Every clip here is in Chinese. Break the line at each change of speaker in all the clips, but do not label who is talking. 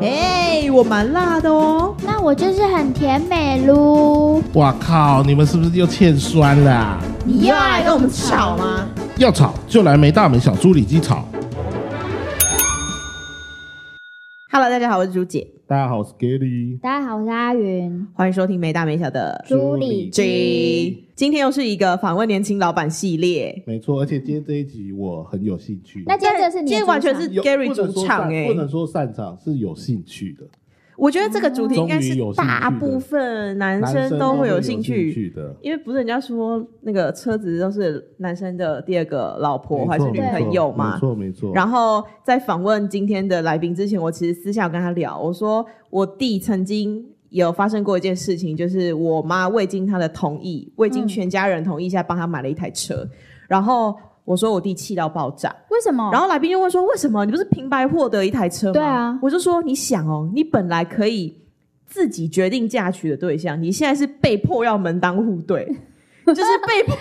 哎、我蛮辣的哦。
那我就是很甜美噜。
哇靠！你们是不是又欠酸啦、
你又要来跟我们吵吗？
要吵就来没大门小猪里鸡吵。
？Hello，大家好，我是朱姐，
大家好，我是 Gary。
大家好，我是阿云。
欢迎收听没大没小的
朱里
鸡。今天又是一个访问年轻老板系列，
没错，而且今天这一集我很有兴趣。
那今天这是你的
今天完全
主
是
场
有
Gary
不能说
主唱
擅
哎
不能说擅长，是有兴趣的。
我觉得这个主题应该
嗯终
是
于有兴趣
大
的
部分男
男
生都
都
会
有
兴
趣
趣。
的。
因为不是人家说那个车子都是男生的第二个老婆还是
没
女
错
朋友嘛
没？错没错。
然后在访问今天的来宾之前，我其实私下有跟他聊，我说我弟曾经有发生过一件事情，就是我妈未经他的同意，未
嗯
经全家人同意下帮他买了一台车，然后我说我弟气到爆炸，
为什么？
然后来宾就问说为什么你不是平白获得一台车吗？
对啊
我就说你想哦，你本来可以自己决定嫁娶的对象，你现在是被迫要门当户 对，就是被迫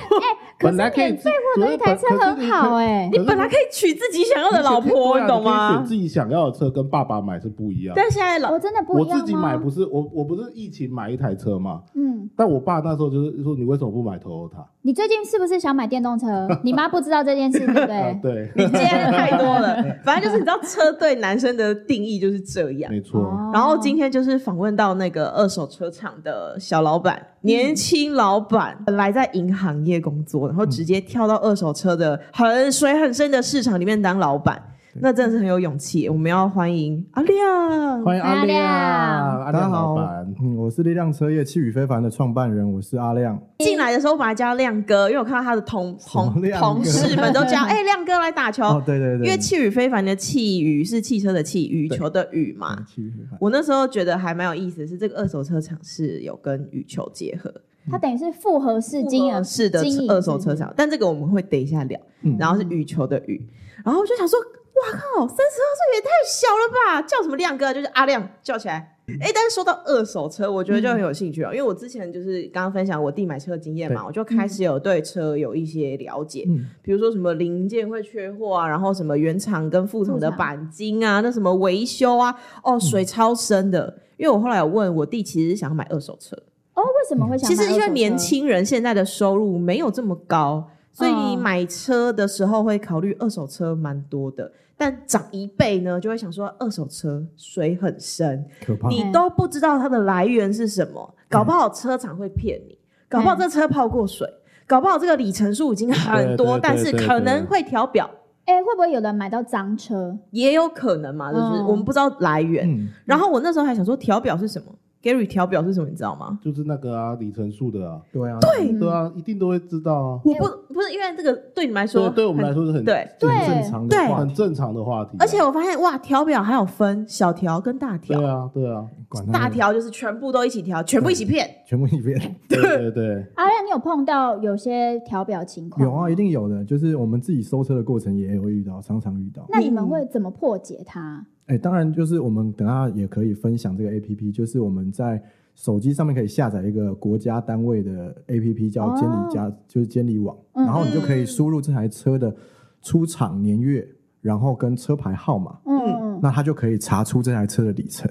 本来可以自，
获得一台车
可是
很好哎、
你本来可以娶自己想要的欸老婆，
你
你懂吗
选？自己啊想要的车跟爸爸买是不一样。
但现在老
我真的不
我
一样吗？
自己买不是我，我不是疫情买一台车嘛？
嗯，
但我爸那时候就是说，你为什么不买 Toyota？
你最近是不是想买电动 车？你妈不知道这件事，对不
哎
啊
对？
对，
你接的太多了。反正就是你知道，车对男生的定义就是这样。
没错，
哦
然后今天就是访问到那个二手车厂的小老板，年轻老板，
嗯
本来在银行业工作，然后直接跳到二手车的很水很深的市场里面当老板，那真的是很有勇气。我们要欢迎阿亮。
欢迎阿亮，阿
大家
亮
好
老板，，
嗯，我是力量车业气宇非凡的创办人，我是阿亮。
进来的时候本来叫亮哥，因为我看到他的同同
什么亮哥
同事们都叫哎、亮哥来打球，
哦，对对对，
因为气宇非凡的气宇是汽车的气，羽球的羽嘛。
嗯气宇非凡，
我那时候觉得还蛮有意思，是这个二手车厂是有跟羽球结合，
它等于是复合式经营
式的
经营嗯
二手车
是不
厂，但这个我们会等一下聊。
嗯
然后是羽球的羽，然后我就想说，哇靠，三十二岁也太小了吧？叫什么亮哥？就是阿亮叫起来。哎、但是说到二手车，我觉得就
嗯
很有兴趣了，因为我之前就是刚刚分享我弟买车的经验嘛，
对
我就开
嗯
始有对车有一些了解。
嗯，
比如说什么零件会缺货啊，然后什么原厂跟副厂的钣金啊，那什么维修啊，
嗯
哦，水超深的。因为我后来有问我弟，其实是想要买二手车，
哦，为什么会想
其
买二手车？
实因为年轻人现在的收入没有这么高，所以你
嗯
买车的时候会考虑二手车蛮多的。但长一辈呢，就会想说二手车水很深，
可怕，
你都不知道它的来源是什
嗯
么，搞不好车厂会骗你，搞不好这车泡过水，搞不好这个里程数已经很多，
嗯对对对
但是可能会调表，
哎、会不会有人买到脏车？
也有可能嘛，就是
嗯
我们不知道来源。
嗯，
然后我那时候还想说调表是什么，Gary 调表是什么，你知道吗？
就是那个啊，里程数的啊，
对啊，
对
对啊，一定都会知道啊。
我
哎
不不是因为这个对你们来说
对，对我们
很
来说是很
对
这很
对
正常的话
很，正常的话题啊。
而且我发现哇，调表还有分小调跟大
对
调，
啊，对啊，
管他
大
的
调就是全部都一起调，全部一起骗。
全部一遍，
对对对，
阿亮，你有碰到有些调表情况？
有啊，一。定有的，就是我们自己收车的过程也有遇到，常常遇到。
那你们会怎么破解它？
哎，当然就是我们等下也可以分享这个 A P P，就是我们在。手机上面可以下载一个国家单位的 A P P，叫监理家，就是监理网，
嗯
然后你就可以输入这台车的出厂年月，然后跟车牌号码，
嗯嗯，
那他就可以查出这台车的里程。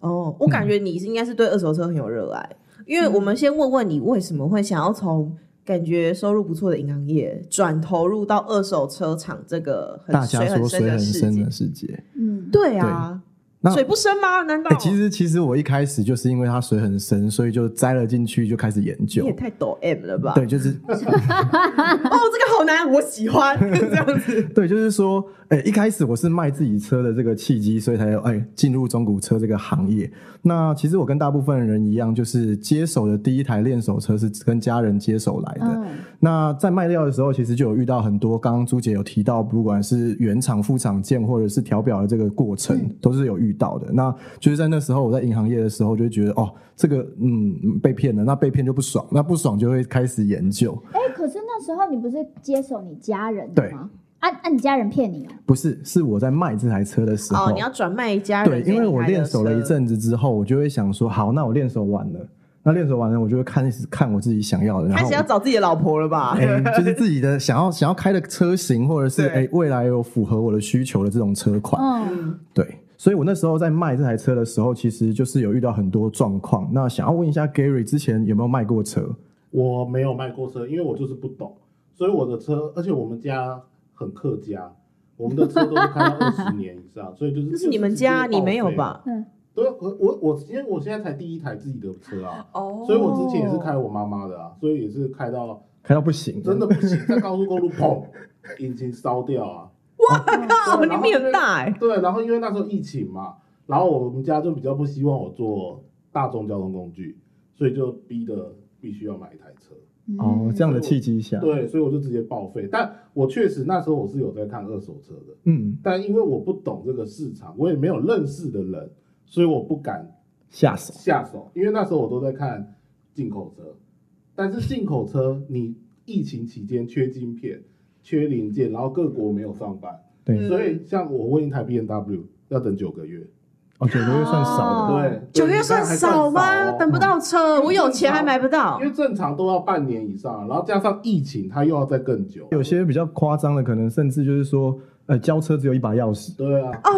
哦，我感觉你是应该是对二手车很有热爱，因为我们先问问你为什么会想要从感觉收入不错的银行业转投入到二手车厂这个很
大家
水很
说
深
水
的
很
世
深
界
的？世界，
嗯，
对啊，
那
水不深吗？难道
哎其实其实我一开始就是因为它水很深，所以就栽了进去，就开始研
你
究
也。太抖 M 了吧？
对，就是
哦，这个好难，我喜 欢这样子。
对，就是说，哎、一开始我是卖自己车的这个契机，所以才有哎进入中古车这个行业。那其实我跟大部分人一样，就是接手的第一台练手车是跟家人接手来的。
嗯
那在卖掉的时候，其实就有遇到很多，刚刚朱姐有提到，不管是原厂、副厂件或者是调表的这个过程，
嗯
都是有遇到的。那就是在那时候，我在银行业的时候，就会觉得哦，这个嗯嗯被骗了，那被骗就不爽，那不爽就会开始研究，
哎、可是那时候你不是接手你家人的吗？啊啊，你家人骗你哦、
不是，是我在卖这台车的时候，
哦哦，你要转卖家人
对，
给
因为
你
我
开的
练手了一
车
阵子之后，我就会想说，好，那我练手完了。那练手完了，我就会看看我自己想要的，然
开
后
始要找自己的老婆了吧？
哎，就是自己的想要想要开的车型，或者是
对
哎未来有符合我的需求的这种车款，
嗯，
对。所以我那时候在卖这台车的时候，其实就是有遇到很多状况。那想要问一下 Gary，之前有没有卖过车？
我没有卖过车，因为我就是不懂，所以我的车，而且我们家很客家，我们的车都是开到二 十年以上，所以就是
这是你们家，你没有？吧？
对，我我我因为我现在才第一台自己的车啊，
哦
所以我之前也是开我妈妈的啊，所以也是开到
开到不行，
真的不行，在高速公路砰， 引擎烧掉啊。
靠，
对
哦你命很大哎、
对，然后因为那时候疫情嘛，然后我们家就比较不希望我坐大众交通工具，所以就逼得必须要买一台车。
嗯
哦，这样的契机下，
对，所以我就直接报废。但我确实那时候我是有在看二手车的，
嗯，
但因为我不懂这个市场，我也没有认识的人，所以我不敢
下手，
下手。因为那时候我都在看进口车，但是进口车你疫情期间缺晶片、缺零件，然后各国没有上班，
对，
所以像我问一台 B N W 要等九个月。
哦，九个月算少的，
哦
对，
九月算少
吗？
吗？等不到
嗯
车，我有钱还买不到
因。为正常都要半年以上，啊然后加上疫情，它又要再更久。啊
有些比较夸张的，可能甚至就是说，呃，交车只有一把钥匙，
对啊，
哦，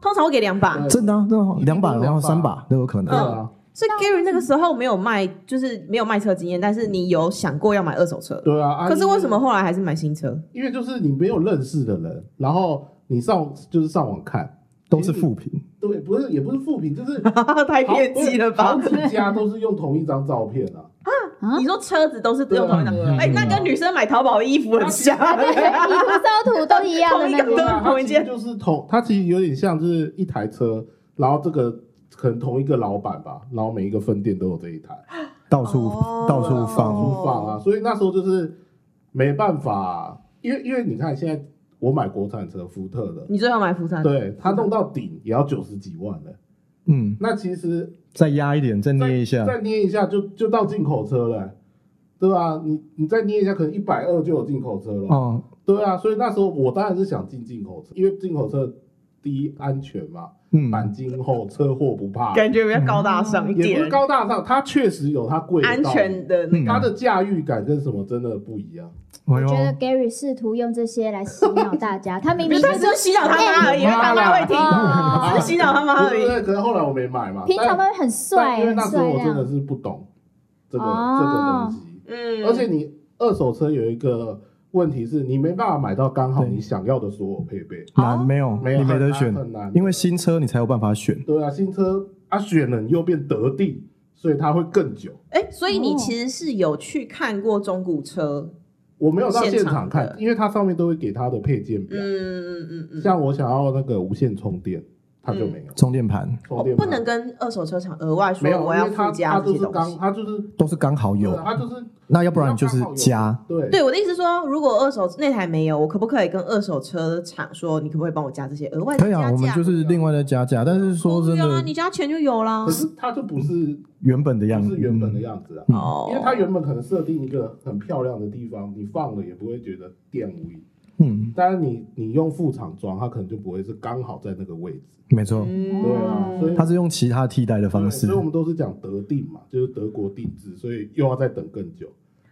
通常我给两把，
对
真的、啊，真的啊
一定
两把，
都
然后
两把
三把都有可
对
能。
啊，
所以 Gary 那个时候没有卖，就是没有卖车经验，但是你有想过要买二手车，
对啊。啊
可是为什么？后来还是买新车？
因为就是你没有认识的人，然后你上就是上网看，
都是副屏，
对，不是也不是负评，就是
太
好
偏激了吧
好？几家都是用同一张照片 啊，
啊
你说车子都是用同一张
对啊，
哎，那跟女生买淘宝的衣服很像。
哎你不收图都一样的那
同一个
种，
都
啊
同一件
它其实就是同，它其实有点像就是一台车，然后这个可能同一个老板吧，然后每一个分店都有这一台。
到处
哦
到处
哦
放，
不放啊，所以那时候就是没办法啊、因为因为你看现在我买国产车福特 的，
你最后买福山，
对它弄到顶也要九十几万了，
嗯，
那其实
再压一点，再
再
捏一下，
再捏一下就就到进口车了、对吧、你你再捏一下，可能一百二就有进口车了，
哦，
对啊，所以那时候我当然是想进进口车，因为进口车第一安全嘛，
嗯，
钣金后车祸不怕，
感觉比较高大上一
啊也不
点
是，高大上，它确实有它贵的
安
道理，
全的
嗯
那个。
它的驾驭感跟什么真的不一样。
哎
我
呦
觉
哦
得 Gary 试图用这些来洗脑大 家，他明明就
他只
是
是洗脑他妈而已，因为他妈会听，
哦
只是洗脑他妈而
对
已。
对对，可是后来我没买嘛。
平常都会很
但
帅，
因为
很
那时候
帅啊
我真的
啊
亮。
是不懂这个、
哦
这个东西，
嗯，
而且你二手车有一个问题是你没办法买到刚好你想要的所有配备，
难没
哦
有，
没有
你没得选
很难，很难
因为新车你才有办法选，
对啊，新车啊选了你又变得地，所以它会更久。
哎，所以
哦
你其实是有去看过中古车，
我没有到现
现场
场
的
看，因为它上面都会给它的配件表，
嗯嗯嗯
像我想要那个无线充电，它就没有、
充电盘
充电
嗯，不
板
能跟二手车厂额外说
没有，
我要
因为它
附加
它
这
就
些
是
东
刚
西。
它就是
都是刚好有
对，啊它就是
那要不然就是加，
对
对我的意思是说，如果二手那台没有，我可不可以跟二手车厂说，你可不可以帮我加这些额外的
可
加
以
价？
啊，我们就是另外再加价，但是说真
不用啊，
的，
你加钱就有啦
可。是它就不是
原本的样
不
子，
是原本的样子啊，
嗯
哦
因为它原本可能设定一个很漂亮的地方，你放了也不会觉得玷污。
嗯，
但是你你用副厂装，它可能就不会是刚好在那个位置。
没错，
嗯
对啊，所以
它是用其他替代的方式
对所以我们都是讲德定嘛，就是德国定制，所以又要再等更久。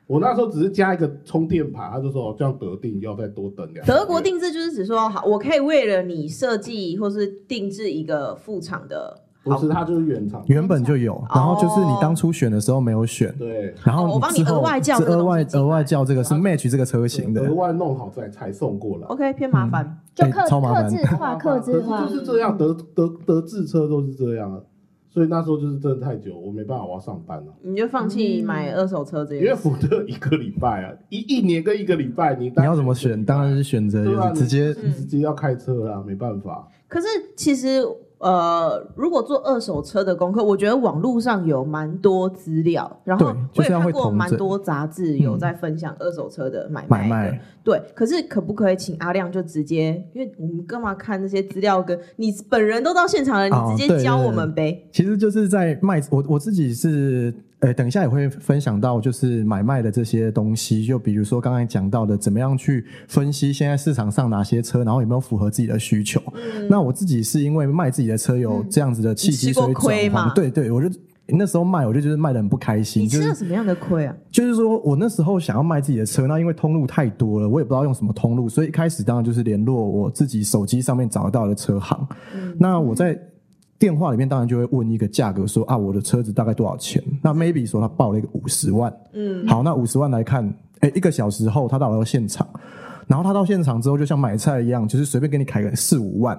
我那时候只是加一个充电盘，他就说哦，这样德定要再多等两。
德国，定制就是指说，好，我可以为了你设计或是定制一个副厂的，
不是，它就是原厂。
原本就有，然后就是你当初选的时候没有选，
对，
然后
哦哦我帮你
之后
额外叫
是
这个
额
东
外
西进来哦
额外叫这个是 match 这个车型的
额，外弄好再才送过来。
OK 偏麻烦。
就
哎
克
超麻
克
烦
制 化，克制
可
化
是，就是这样，德德德制车都是这样啊，所以那时候就是真的太久，我没办法，我要上班了、
你就放
嗯
弃买二手车这
因为
些，
福特一个礼拜啊，一一年跟一个礼拜，你
你要怎么选？当然是选择
对啊
直接
你直接要开车啦，没办法。
可是其实呃，如果做二手车的功课，我觉得网络上有蛮多资料，然后
对
我
就
也
是要
看
会
过
统整嗯
蛮多杂志有在分享二手车的买
买
卖的
卖，
对，可是可不可以请阿亮就直接，因为我们干嘛看那些资料跟？你本人都到现场了，
哦
你直
对
接教
对
我们呗。
其实就是在卖我我自己是。呃，等一下也会分享到，就是买卖的这些东西，就比如说刚才讲到的，怎么样去分析现在市场上哪些车，然后有没有符合自己的需求。那我自己是因为卖自己的车有这样子的
嗯
契
你吃
机，
过
所以
亏
转
嘛
行。对对，我就那时候卖，我就觉得卖的很不开心，
你
就
吃
是
了什么样的亏啊？
就是说我那时候想要卖自己的车，那因为通路太多了，我也不知道用什么通路，所以一开始当然就是联络我自己手机上面找得到的车行。那我在电话里面当然就会问一个价格说啊，我的车子大概多少钱？那 maybe 说他报了一个五十万，
嗯，
好，那五十万来看，哎、一个小时后他到了现场，然后他到现场之后就像买菜一样，就是随便给你开个四五万，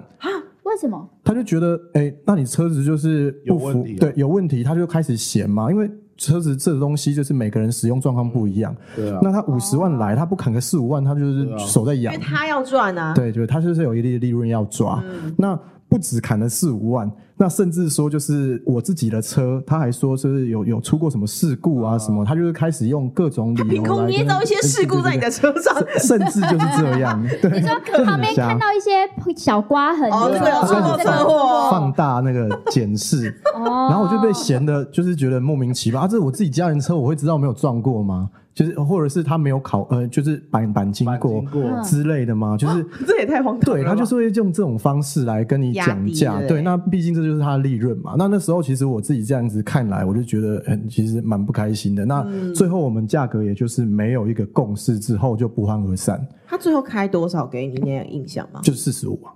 为什么？
他就觉得，哎、那你车子就是不
有
符
问题啊
对，有问题，他就开始嫌嘛，因为车子这东西就是每个人使用状况不一样。
对啊，
那他五十万来，他不砍个四五万，他就
对啊
是手在
因
痒
为。他嗯要赚啊。
对，就是他就是有一定的利润要抓。那不止砍了四五万，那甚至说就是我自己的车，他还说就是有有出过什么事故啊什么，他就是开始用各种理
他
由来
凭空捏
跟哎
造一些
对
事故
对对
在你的车上，
对甚至就是这样。 对，
你说
就
旁边
很瞎
看到一些小刮痕，
哦
对不
这个有
出过
这个
车祸
放大那个检视，
哦
然后我就被嫌的，就是觉得莫名其妙啊！这是我自己家人车，我会知道没有撞过吗？就是或者是他没有考，呃，就是钣钣金
蛮
过
经过
嗯
之类的吗？就是。
这也太荒唐了。
对他就是会用这种方式来跟你
压
讲
低
价，
对
对，那毕竟这就是他的利润嘛。那那时候其实我自己这样子看来，我就觉得很其实蛮不开心的。那
嗯
最后我们价格也就是没有一个共识之后就不欢而散，
他最后开多少给你？你有印象吗？
就四十五，啊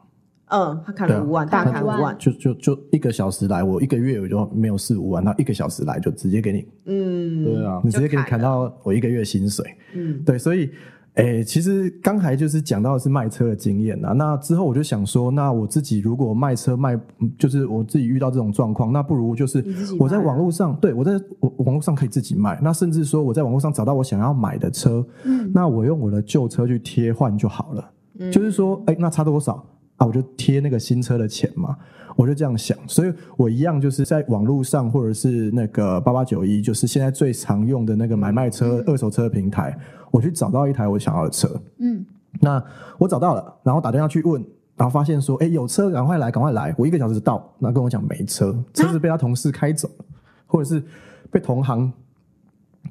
嗯，他开了五万，
对
大开
啊
五
开了五
万
万。
就就就一个小时来，我一个月我就没有四五万，那一个小时来就直接给你
嗯，
对啊，
你直接给你
就砍
砍
了
到我一个月薪水。
嗯，
对，所以，诶、其实刚才就是讲到的是卖车的经验啊。那之后我就想说，那我自己如果卖车卖，嗯就是我自己遇到这种状况，那不如就是
你自己
我在
卖啊
网络上，对我在我我网络上可以自己卖。那甚至说我在网络上找到我想要买的车，
嗯
那我用我的旧车去贴换就好了。
嗯
就是说，哎、那差多少啊？我就贴那个新车的钱嘛。我就这样想，所以我一样就是在网络上或者是那个八八九一，就是现在最常用的那个买卖车、二手车平台，我去找到一台我想要的车。
嗯，
那我找到了，然后打电话去问，然后发现说，哎，有车，赶快来，赶快来！我一个小时到，那跟我讲没车，车子被他同事开走了，或者是被同行，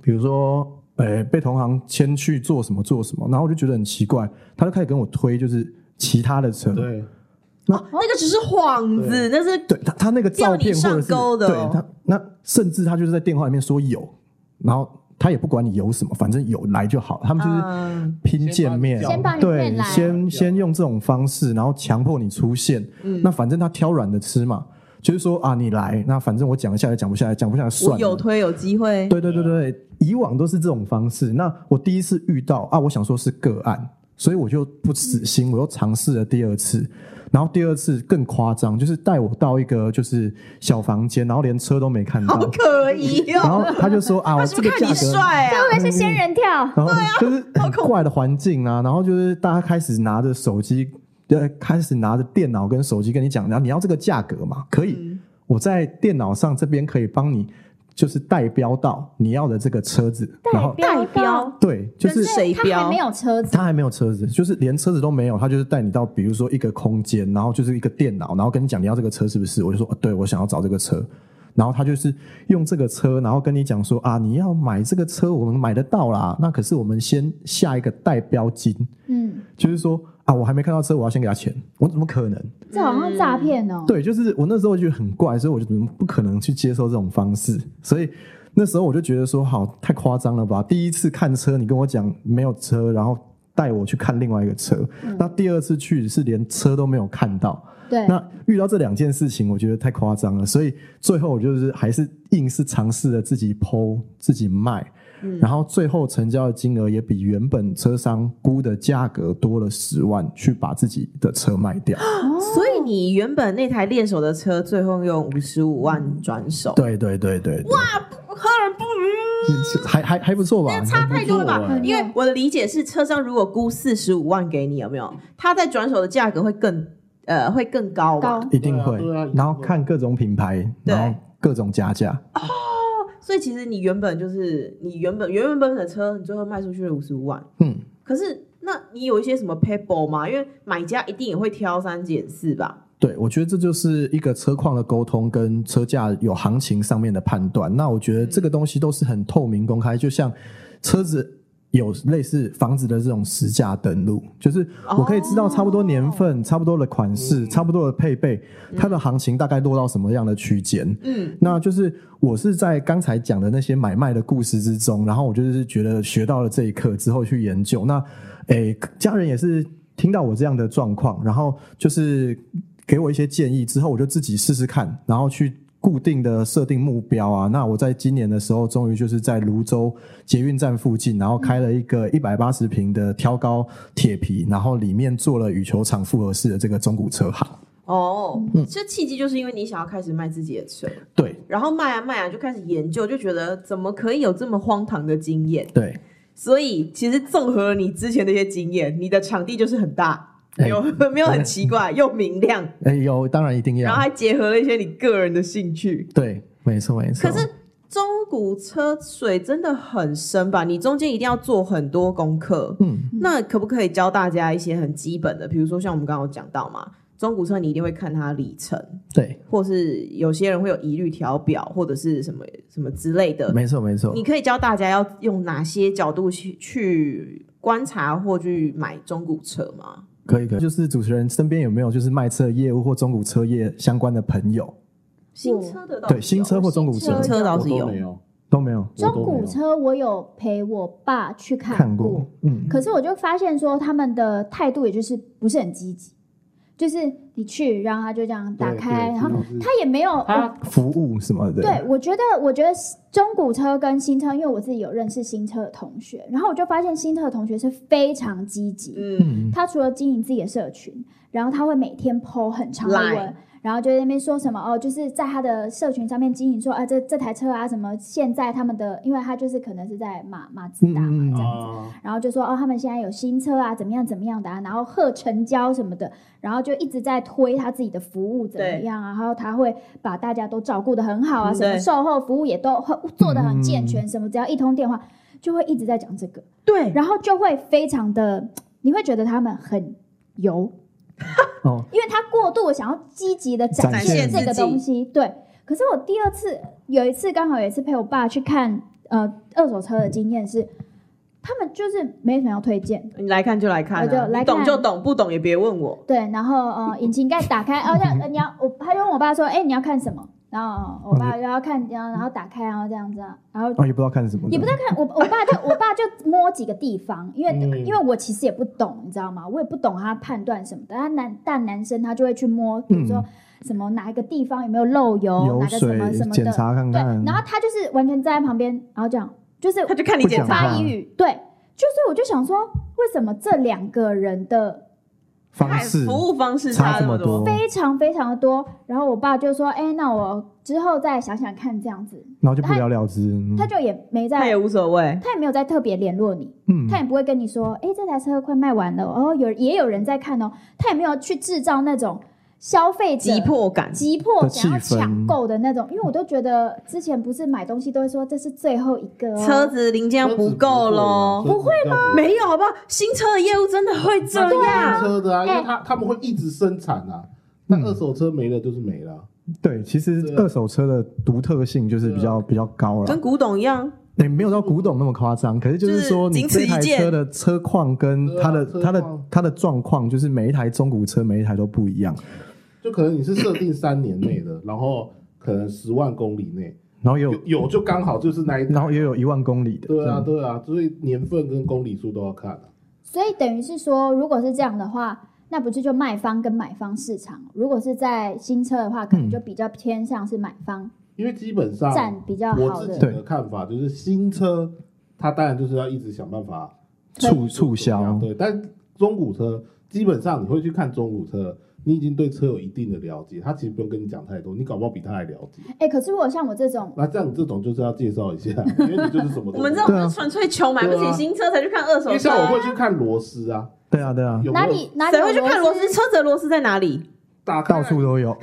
比如说，哎，被同行牵去做什么做什么，然后我就觉得很奇怪，他就开始跟我推就是其他的车，
对，
那个只是幌子，那是
对他他那个照片或
叫
者
你
是
上钩的哦
对他那甚至他就是在电话里面说有，然后他也不管你有什么，反正有来就好，他们就是
嗯
拼见面，
先
把你骗
对，
来
先先用这种方式，然后强迫你出现，
嗯
那反正他挑软的吃嘛，就是说啊你来，那反正我讲得下来讲不下来讲不下来
我
算
有
了。
推有机会。
对对对对，以往都是这种方式。那我第一次遇到啊，我想说是个案，所以我就不死心，我又尝试了第二次，然后第二次更夸张，就是带我到一个就是小房间，然后连车都没看
好
到，
可疑
然
哦！
后他就说啊，
他
我
是不
这
是
个
看
价
你
格。
帅啊？
会不会是仙人跳？
然后就是很怪的环境啊，然后就是大家开始拿着手机，呃，开始拿着电脑跟手机跟你讲，然后你要这个价格嘛，可以，我在电脑上这边可以帮你，就是代标到你要的这个车子，然
哎
后
代
标
标，
对，就是
但是谁
哎他还
标
没有车子，
他还没有车子，就是连车子都没有，他就是带你到比如说一个空间，然后就是一个电脑，然后跟你讲你要这个车是不是？我就说、啊对，我想要找这个车。然后他就是用这个车，然后跟你讲说啊，你要买这个车，我们买得到啦。那可是我们先下一个代标金，
嗯，
就是说啊，我还没看到车，我要先给他钱，我怎么可能？
这好像诈骗哦。
对，就是我那时候觉得很怪，所以我就不可能去接受这种方式，所以那时候我就觉得说，好，太夸张了吧！第一次看车，你跟我讲没有车，然后带我去看另外一个车，那第二次去是连车都没有看到，
对，
那遇到这两件事情，我觉得太夸张了，所以最后我就是还是硬是尝试了自己剖自己卖，然后最后成交的金额也比原本车商估的价格多了十万，去把自己的车卖掉。
所以你原本那台练手的车，最后用五十五万转手，
嗯对对对对，哇，
何人不语？
还还还不错吧？
差太多了
不
吧
错？欸
因为我的理解是，车商如果估四十五万给你，有没有？他在转手的价格会更呃会更高嘛？
高
一定
对啊
会
对啊一定会，
然后看各种品牌，
对
然后各种加价，
所以其实你原本就是你原本原原本本的车，你最后卖出去了五十五万，
嗯，
可是那你有一些什么 paper 吗？因为买家一定也会挑三拣四吧？
对，我觉得这就是一个车况的沟通跟车价有行情上面的判断。那我觉得这个东西都是很透明公开，就像车子有类似房子的这种实价登录，就是我可以知道差不多年
哦
份、差不多的款
嗯
式、差不多的配备，它的行情大概落到什么样的区间。
嗯，
那就是我是在刚才讲的那些买卖的故事之中，然后我就是觉得学到了这一课之后去研究。那诶，家人也是听到我这样的状况，然后就是给我一些建议，之后我就自己试试看，然后去。固定的设定目标啊，那我在今年的时候，终于就是在泸州捷运站附近，然后开了一个一百八十平的挑高铁皮，然后里面做了羽球场复合式的这个中古车行。
哦，这契机就是因为你想要开始卖自己的车，
对
然后卖啊卖啊，就开始研究，就觉得怎么可以有这么荒唐的经验？
对，
所以其实综合你之前的一些经验，你的场地就是很大，
哎
有没有很奇怪又明亮，
哎、有当然一定
然后
要，
还结合了一些你个人的兴趣。
对，没错没错。
可是中古车水真的很深吧？你中间一定要做很多功课。
嗯，
那可不可以教大家一些很基本的？比如说像我们刚刚有讲到嘛，中古车你一定会看它里程，
对，
或是有些人会有疑虑调表或者是什么什么之类的。
没错没错。
你可以教大家要用哪些角度去去观察或去买中古车吗？
可以可以，就是主持人身边有没有就是卖车业务或中古车业相关的朋友？
新车的倒是
对，新
有
车或中古车
新车倒
我
是
都
有
没，有，
都没有
中古车我有陪我爸去看
看过，嗯，
可是我就发现说他们的态度也就是不是很积极，就是你去，然后他就这样打
对
开，
对
然后
就是
他也没有。哦
他
服务什么的，
对，我觉得，我觉得中古车跟新车，因为我自己有认识新车的同学，然后我就发现新车的同学是非常积极，
嗯，
嗯，
他除了经营自己的社群，然后他会每天 PO 很长的
Line
文，然后就在那边说什么哦，就是在他的社群上面经营说啊，这这台车啊什么，现在他们的，因为他就是可能是在马马自达嘛
嗯嗯嗯
这样子，
啊，
然后就说哦，他们现在有新车啊，怎么样怎么样的啊，然后贺成交什么的，然后就一直在推他自己的服务怎么样啊，然后他会把大家都照顾的很好啊，
嗯
什么
对
售后服务也都会做的很健全，什么只要一通电话就会一直在讲这个，
对，
然后就会非常的，你会觉得他们很油，
哦，
因为他过度想要积极的展
展
现
现
这个
自己
东西。对，可是我第二次有一次刚好有一次陪我爸去看呃二手车的经验是，他们就是没什么要推荐。
你来看就来看、啊，
我就来看
你懂就懂，不懂也别问我。
对，然后呃，引擎盖打开，哦，像呃你要我，他就问我爸说，哎、你要看什么？然后呃我爸就要看，然后然后打开，然后这样子啊，然后
哦，也不知道看什么的，
也不知道看我，我爸就我爸就摸几个地方，因为、
嗯
因为我其实也不懂，你知道吗？我也不懂他判断什么的。他男但男生他就会去摸，比如说什么哪一个地方有没有漏油，
有
哪个什么
水
什么
检
的，
查看
对。
看，
然后他就是完全站在旁边，然后这样就是
他就看你检
不讲话
查，
发一语，对，就是我就想说，为什么这两个人的
方
看
式
哎服务方式
差
这
这
么
么
多
多，，
非常非常的多。然后我爸就说：“哎、那我之后再想想看，这样子。
然后就不了了之，嗯
他就也没在，
他也无所谓。
他也没有再特别联络你，
嗯
他也不会跟你说：“哎、这台车快卖完了，哦，有也有人在看哦。”他也没有去制造那种消费者
急迫感，
急迫
的
想要
气氛
抢购的那种，因为我都觉得之前不是买东西都会说这是最后一个、哦、
车子零件不够喽，
不会吗？
没有好不好？新车的业务真的会这样，
车的啊，因
哎
为他他们会一直生产啊，那
嗯
二手车没了就是没了，
对，其实
对啊
二手车的独特性就是比较比较高了
跟，古董一样，
对，哎没有到古董那么夸张，可是就是说
嗯就是仅
你
此
这
一
台
件
车的车况跟它的
对啊
它
车
的
况
它的状况，就是每一台中古车每一台都不一样，
就可能你是设定三年内的，然后可能十万公里内
然后也有嗯
有有就刚好就是那一台，
然后也有一万公里的，
对啊
这样
对啊，所以年份跟公里数都要看啊。
所以等于是说，如果是这样的话，那不是就卖方跟买方市场？如果是在新车的话，可能就比较偏向是买方
因为基本上
占比较
我
好
自己
的。
的看法就是新车，它当然就是要一直想办法
促促销，
对，但中古车基本上你会去看中古车，你已经对车有一定的了解，他其实不用跟你讲太多，你搞不好比他还了解。
哎、可是如果像我这种，
那这样你这种就是要介绍一下，因为你就是什么都不懂
我们这
对
种
啊
是纯粹穷，买不
对
起
啊
新车才去看二
因
手
为像我
车，啊
会去看螺丝啊，
对啊对啊，
有没
哪
有
里哪里
谁
有
会去看螺丝？
丝？
车子的螺丝在哪里？
打开
到处都有，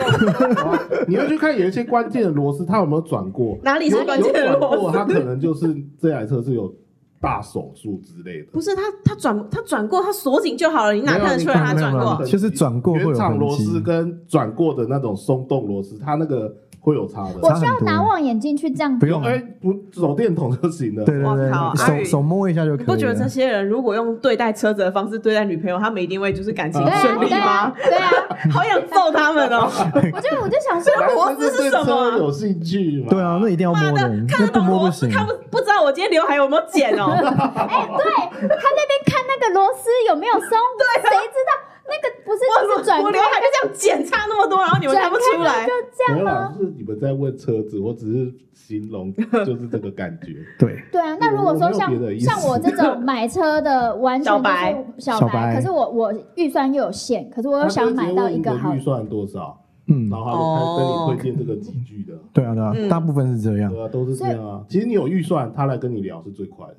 你会去看有一些关键的螺丝，它有没有转过？
哪里
有
是关键的
有转过，
螺丝？
它可能就是这台车是有大手术之类的
不。是他，他转他转过，他锁紧就好了，你哪
没有啊
看得
你
出来
看
他
没有
转
没有
过？
就是转过会有
原厂
痕
螺丝
迹，
跟转过的那种松动螺丝，它那个会有差的。
我
差
需要
很多
拿望远镜去这样
不用
哎、不手电筒就行了。
对对对，
哇靠阿
手
宇
手摸一下就可
你
以了。
不觉得这些人如果用对待车子的方式对待女朋友，他们一定会就是感情
对啊
顺利
对啊
吗？
对啊，
好想揍他们哦！
我就我就想说，
那螺丝是什么啊
对车有兴趣嘛？
对啊，那一定要
妈
摸
的，看
那
得
不
懂
摸
螺
不
丝，
行。
看不不知道我今天刘海有没有剪 哦？
哎，对他那边看那个螺丝有没有松，对，谁知道那个不是
我
就是转
啊我
开
刘海就这样剪差那么多，然后你们
转
看不出
开
来
就。这样
没有
吗
啦，？就是你们在问车子，我只是形容就是这个感觉。
对，
对啊，那如果说像
我没有别的意思
像我这种买车的，完全
小
就
白
是小
小
白，
白
可是我我预算又有限，可是我又想买到一个
他
好
就直接问你的预，算多少，
嗯
然，后他就开跟你推荐这个集具的，
对啊对啊
嗯，
大部分是这样。
对啊，都是这样啊。其实你有预算，他来跟你聊是最快的。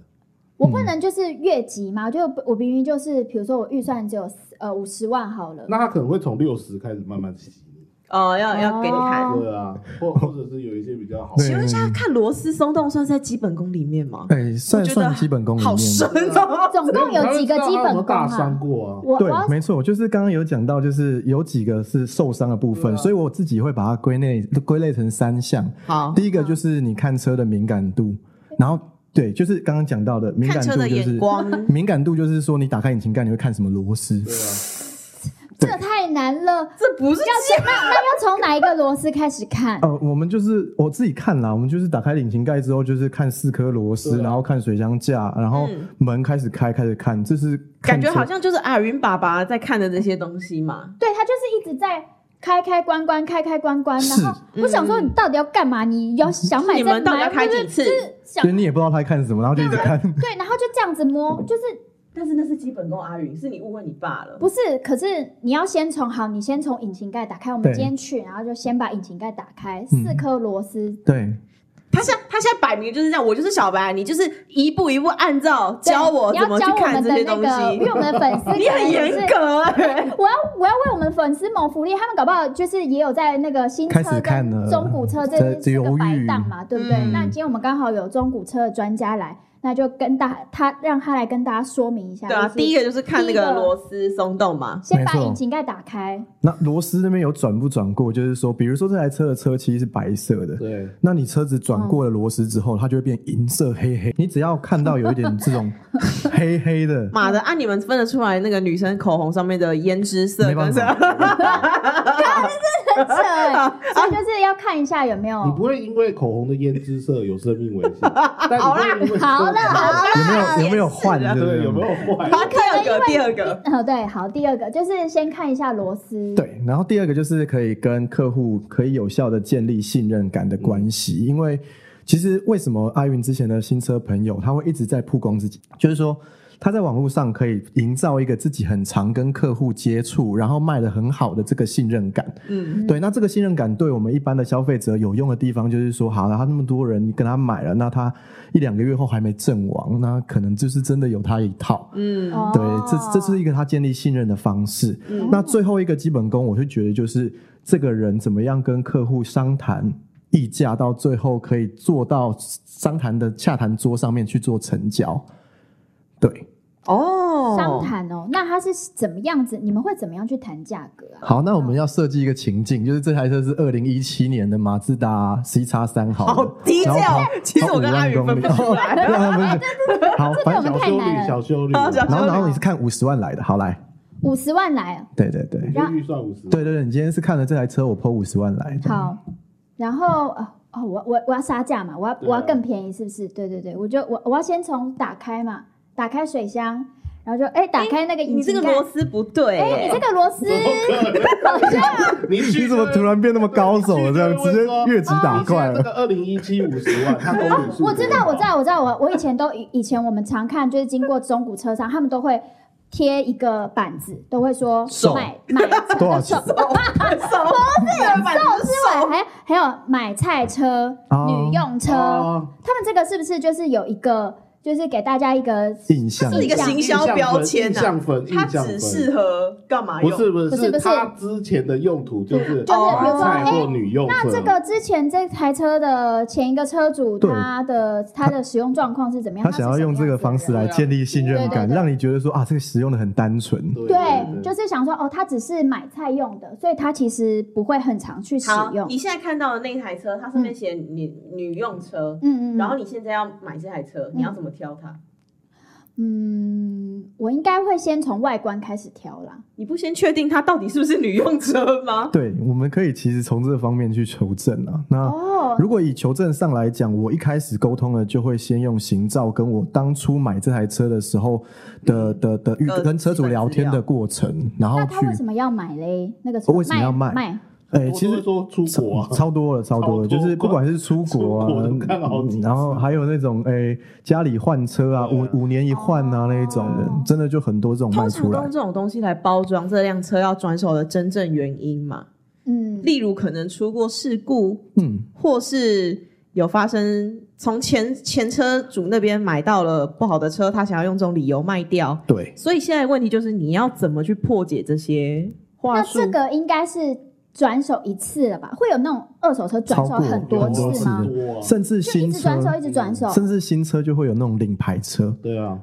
我不能就是越级嘛，就我明明就是比如说我预算只有四呃五十万好了，
那他可能会从六十开始慢慢洗你，
哦，要要给你看。
哦
对啊， 或或者是有一些比较好。
对
请问一下，看螺丝松动算是在基本功里面吗？
哎，算
我觉得
算基本功里
好
面
深。哦！
总共有几个基
啊他有没有
本功
大伤
啊？
过啊？
我我
对
要，
没错，就是刚刚有讲到，就是有几个是受伤的部
嗯
分，
对啊
所以我自己会把它归类归类成三项。
好，
第一个就是你看车的敏感度，然后对，就是刚刚讲到的敏
看
感
车
度
的
就
眼
是
光，
敏感度就是说你打开引擎盖你会看什么螺丝，
对啊，
这太难了，
这 不是
要先那那要从哪一个螺丝开始看？
呃，我们就是我自己看啦，我们就是打开引擎盖之后，就是看四颗螺丝，
对啊
然后看水箱架，然后
嗯
门开始开，开始看，这是
感
看
觉
车
好像就是阿云爸爸在看的这些东西嘛。
对他就是一直在开开关关开开关关，然
是
后我想说你到底要干嘛？你要想买
你
再
们到底
买，
要开
就是
几次？
想
就是你也不知道他在看什么，然后就一直看。
对，然后就这样子摸，就是
但是那是基本功，阿云是你误会你爸了。
不是？可是你要先从好，你先从引擎盖打开。我们
对嗯
今天去，然后就先把引擎盖打开，四颗螺丝。
对，
他现在他现在摆明就是这样，我就是小白，你就是一步一步按照教我怎
对你要
么去
教我
看
们
这
的
些
那
东
个，因为
西。
我们的粉 丝
你很
可能
严
是
格哎，
我要我要为我们的粉丝谋福利，他们搞不好就是也有在那个新车
开始看
跟
了
中古车这
在
这个
犹豫
摆档嘛，对不对？
嗯
那今天我们刚好有中古车的专家来，那就跟大他让他来跟大家说明一下，
对啊，
就是
第一个就是看那
第一
个
个
螺丝松动嘛。
先把
没错
引擎盖打 开，
那螺丝那边有转不转过？就是说，比如说这台车的车漆是白色的，
对，
那你车子转过了螺丝之后，它就会变银色黑黑。你只要看到有一点这种黑黑的，
妈
嗯
的，啊按、你们分得出来那个女生口红上面的胭脂色
没
跟
办
色？
法，
很扯欸，所以就是要看一下有没有
你不会因为口红的胭脂色有生命危险， 但你会因为
好了好了。
有没有有没有换？
也是啊
对不
对
对
有没？有坏？
好，第二个，第二个，
哦，对，好，第二个就是先看一下螺丝，，
对，然后第二个就是可以跟客户可以有效的建立信任感的关系，因
嗯
为其实为什么阿云之前的新车朋友他会一直在曝光自己，就是说他在网络上可以营造一个自己很常跟客户接触，然后卖的很好的这个信任感。
嗯，
对，那这个信任感对我们一般的消费者有用的地方，就是说，好了，他那么多人跟他买了，那他一两个月后还没阵亡，那可能就是真的有他一套。
嗯，
哦、
对，这这是一个他建立信任的方式。
嗯
那最后一个基本功，我是觉得就是这个人怎么样跟客户商谈议价，到最后可以做到商谈的洽谈桌上面去做成交。对，
哦，
商谈哦，那它是怎么样子？你们会怎么样去谈价格啊？
好，那我们要设计一个情境，就是这台车是二零一七年的马自达 C 叉三，好了，
好低
然后
调
跑，
其实
跑
我跟
5
阿
万
宇
公
分
里
不出来。
对啊不是好，反
这
正
个
小
太
修
难啊哦
理，
了
小修理，
好小
然后然
修
后
理
你是看五十万来的，好来，
五十万来，哦
对对对
你就预算五十，
对对对，你今天是看了这台车，我抛五十万来的，
好，然后呃哦，我我我要杀价嘛，我要
对啊
我要更便宜，是不是？对对对，我就我我要先从打开嘛，打开水箱，然后就哎打开那个引
你这
擎
个
盖，
螺丝不对、
哎你这个螺丝，
你
你怎么突然变那么高手了？这样直接越级打怪
这
了。
个二零一七五十万，他公里数
哦我知道我知道我知道我我以前都以以前我们常看就是经过中古车商，他们都会贴一个板子，都会说
售
买买
多少钱
售啊
手不是手
之外，还还有买菜车、
哦
女用车，
哦
他们这个是不是就是有一个就是给大家一个
印象
是一个行销标签
印
啊，
象分，印
它
象
只
分
适合干嘛
不
用？
是不是
不是不是
它之前的用途就是
就是比如说
哦菜
哎
或女用车。
那这个之前这台车的前一个车主
啊对
他的他的使用状况是怎么样？
他想要用这个方式来建立信任
对对
感，
对
让你觉得说啊，这个使用的很单纯。
对
对，就是想说哦，他只是买菜用的，所以他其实不会很常去使
好，
用。
你现在看到的那台车，它上面写女、女用车，
嗯嗯，嗯
然后你现在要买这台车，你要怎么挑它？
嗯，我应该会先从外观开始挑啦。
你不先确定它到底是不是女用车吗？
对，我们可以其实从这方面去求证啊。那、
哦，
如果以求证上来讲，我一开始沟通了，就会先用行照跟我当初买这台车的时候的的的预
呃
跟车主聊天的过程，然后
那他
去
为什么要买嘞？那个
我为什么要卖
卖卖？
哎、
我
其
都会
实
说出国 啊，
超多了，超多
超多
了，就是不管是出国啊，
出国都看了好几次
嗯然后还有那种哎、家里换车啊，
对
五
啊
五年一换啊那一种的
哦，
真的就很多这种卖
通常
出
都
来
用。这种东西来包装这辆车要转手的真正原因嘛，
嗯，
例如可能出过事故，
嗯，
或是有发生从前前车主那边买到了不好的车，他想要用这种理由卖掉。
对，
所以现在的问题就是你要怎么去破解这些话
那
术？
这个应该是转手一次了吧？会有那种二手车转手
超过
很多
很多
次
次
吗
的？
多啊，
甚至
就一
新
直
车
转，手，一直转手。
甚至新车就会有那种领牌车。
对啊，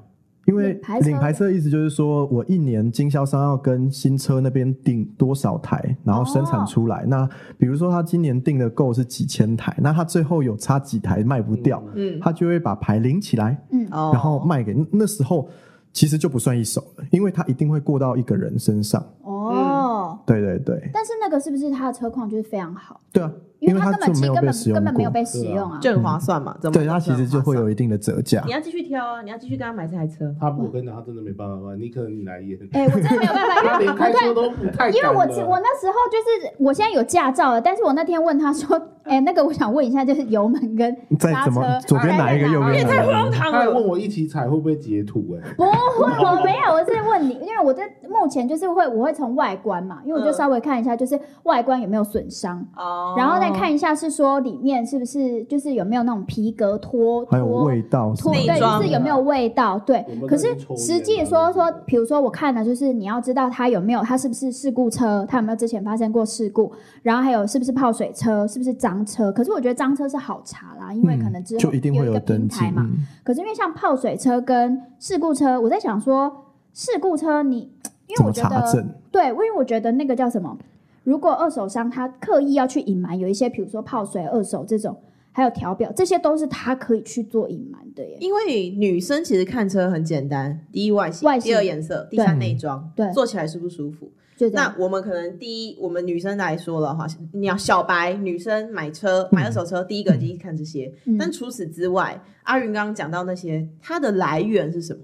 因为
领牌车
领牌车的意思就是说，我一年经销商要跟新车那边订多少台，然后生产出来。那比如说他今年订的购是几千台，那他最后有差几台卖不掉，
嗯
嗯，
他就会把牌领起来，
嗯，
哦
然后卖给那时候其实就不算一手了，因为他一定会过到一个人身上。
嗯
哦，
对对对，
但是那个是不是它的车况就是非常好？
对啊，
因
因
为
为
它
他
根本
就
其实
没有
根
被
本
使
根
用
本没有
过，
被使用 啊。
就很划算嘛，怎么
对他其实就会有一定的折价
你。要继续挑啊，你要继续跟他买这台车。
他我跟你讲，他真的没办法卖，你可能你来 演，
哎，我真的没有办法，因为
他连开车都不太敢了，
因为我其我那时候就是我现在有驾照了，但是我那天问他说，哎、那个我想问一下，就是油门跟
再
刹
怎么
嗯车，
左边哪一个，右
哎
边哪一个？
他
他还问我一起踩会不会截图哎，
不会， 我没有，我是问你，因为我在目前就是会我会从外观嘛，因为我就
嗯
稍微看一下，就是外观有没有损伤。
哦
然后再看一下是说里面是不是就是有没有那种皮革脱
还有
脱
味道什
脱
么
内
的，
对，
装啊
就是有没有味道对
我们。
可是
在抽烟
实际
啊
说说，比如说我看了，就是你要知道它有没有，它是不是事故车，它有没有之前发生过事故，然后还有是不是泡水车，是不是脏车。可是我觉得脏车是好查啦，因为可能之后
嗯就一定会
有一个
登
平
记
台嘛。
嗯
可是因为像泡水车跟事故车，我在想说事故车你，因
怎
为
么
我觉
查
得
证？
对，因为我觉得那个叫什么，如果二手商他刻意要去隐瞒，有一些比如说泡水二手这种，还有调表，这些都是他可以去做隐瞒的耶。
因为女生其实看车很简单，第一外形，
外形
第二颜色，第三内装，
对
坐起来舒不舒服？
就这样
那我们可能第一，我们女生来说了哈，你要小白女生买车买二手车，第一个第一看这些。
嗯
但除此之外，阿云刚刚讲到那些，它的来源是什么？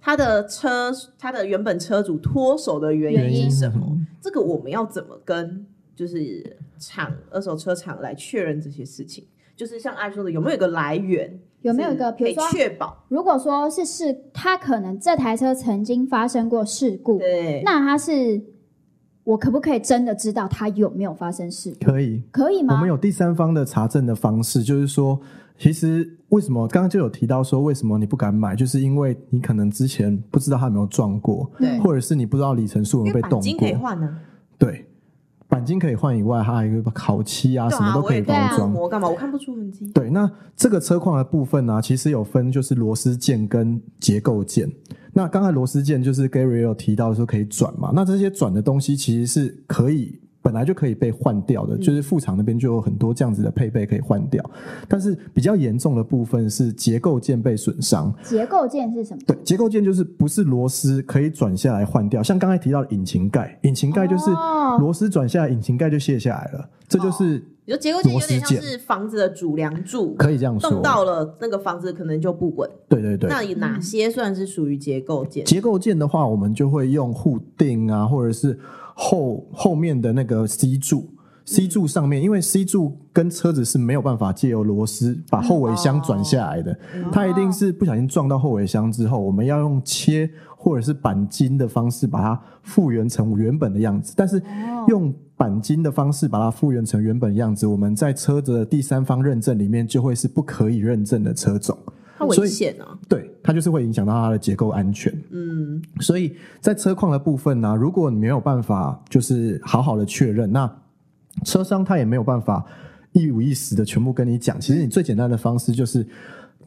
它的车，它的原本车主脱手的原
原
因
因
是什么？这个我们要怎么跟就是厂二手车厂来确认这些事情？就是像阿云说的，有没有一个来源？
有没有一个，
可
比如
以
说，
确保？
如果说是事，他可能这台车曾经发生过事故，
对，
那他是我可不可以真的知道他有没有发生事故？
可以，
可以
我
吗
们？有第三方的查证的方式，就是说，其实为什么刚刚就有提到说，为什么你不敢买，就是因为你可能之前不知道它有没有撞过，
对
嗯
或者是你不知道里程数有
因
没
为
有被
钣
动
金可以
过，
换啊呢、
对。钣金可以换以外，它还有一个烤漆啊，
对
什么
啊，
都
我
可以
也
包
可以
装。
磨干嘛？我看不出痕迹。
对，那这个车况的部分呢、其实有分就是螺丝件跟结构件。那刚才螺丝件就是 Gary 有提到说可以转嘛，那这些转的东西其实是可以。本来就可以被换掉
嗯
的，就是副厂那边就有很多这样子的配备可以换掉，但是比较严重的部分是结构件被损伤。
结构件是什么？
对，结构件就是不是螺丝可以转下来换掉，像刚才提到的引擎盖，引擎盖就是
哦
螺丝转下来，引擎盖就卸下来了，这就是
你说结构件有点
螺
像
丝件
是房子的主梁柱，
可以这样说。
动到了那个房子可能就不稳。
对对对，
那有哪些算是属于结构件？
结构件的话，我们就会用护定啊，或者是后后面的那个 C 柱。C 柱上面，因为 C 柱跟车子是没有办法借由螺丝把后尾箱转下来的，它一定是不小心撞到后尾箱之后，我们要用切或者是钣金的方式把它复原成原本的样子。但是用钣金的方式把它复原成原本样子，我们在车子的第三方认证里面就会是不可以认证的车种。
它危险啊！
对，它就是会影响到它的结构安全。
嗯，
所以在车况的部分呢、如果你没有办法就是好好的确认，那车商他也没有办法一五一十的全部跟你讲。其实你最简单的方式就是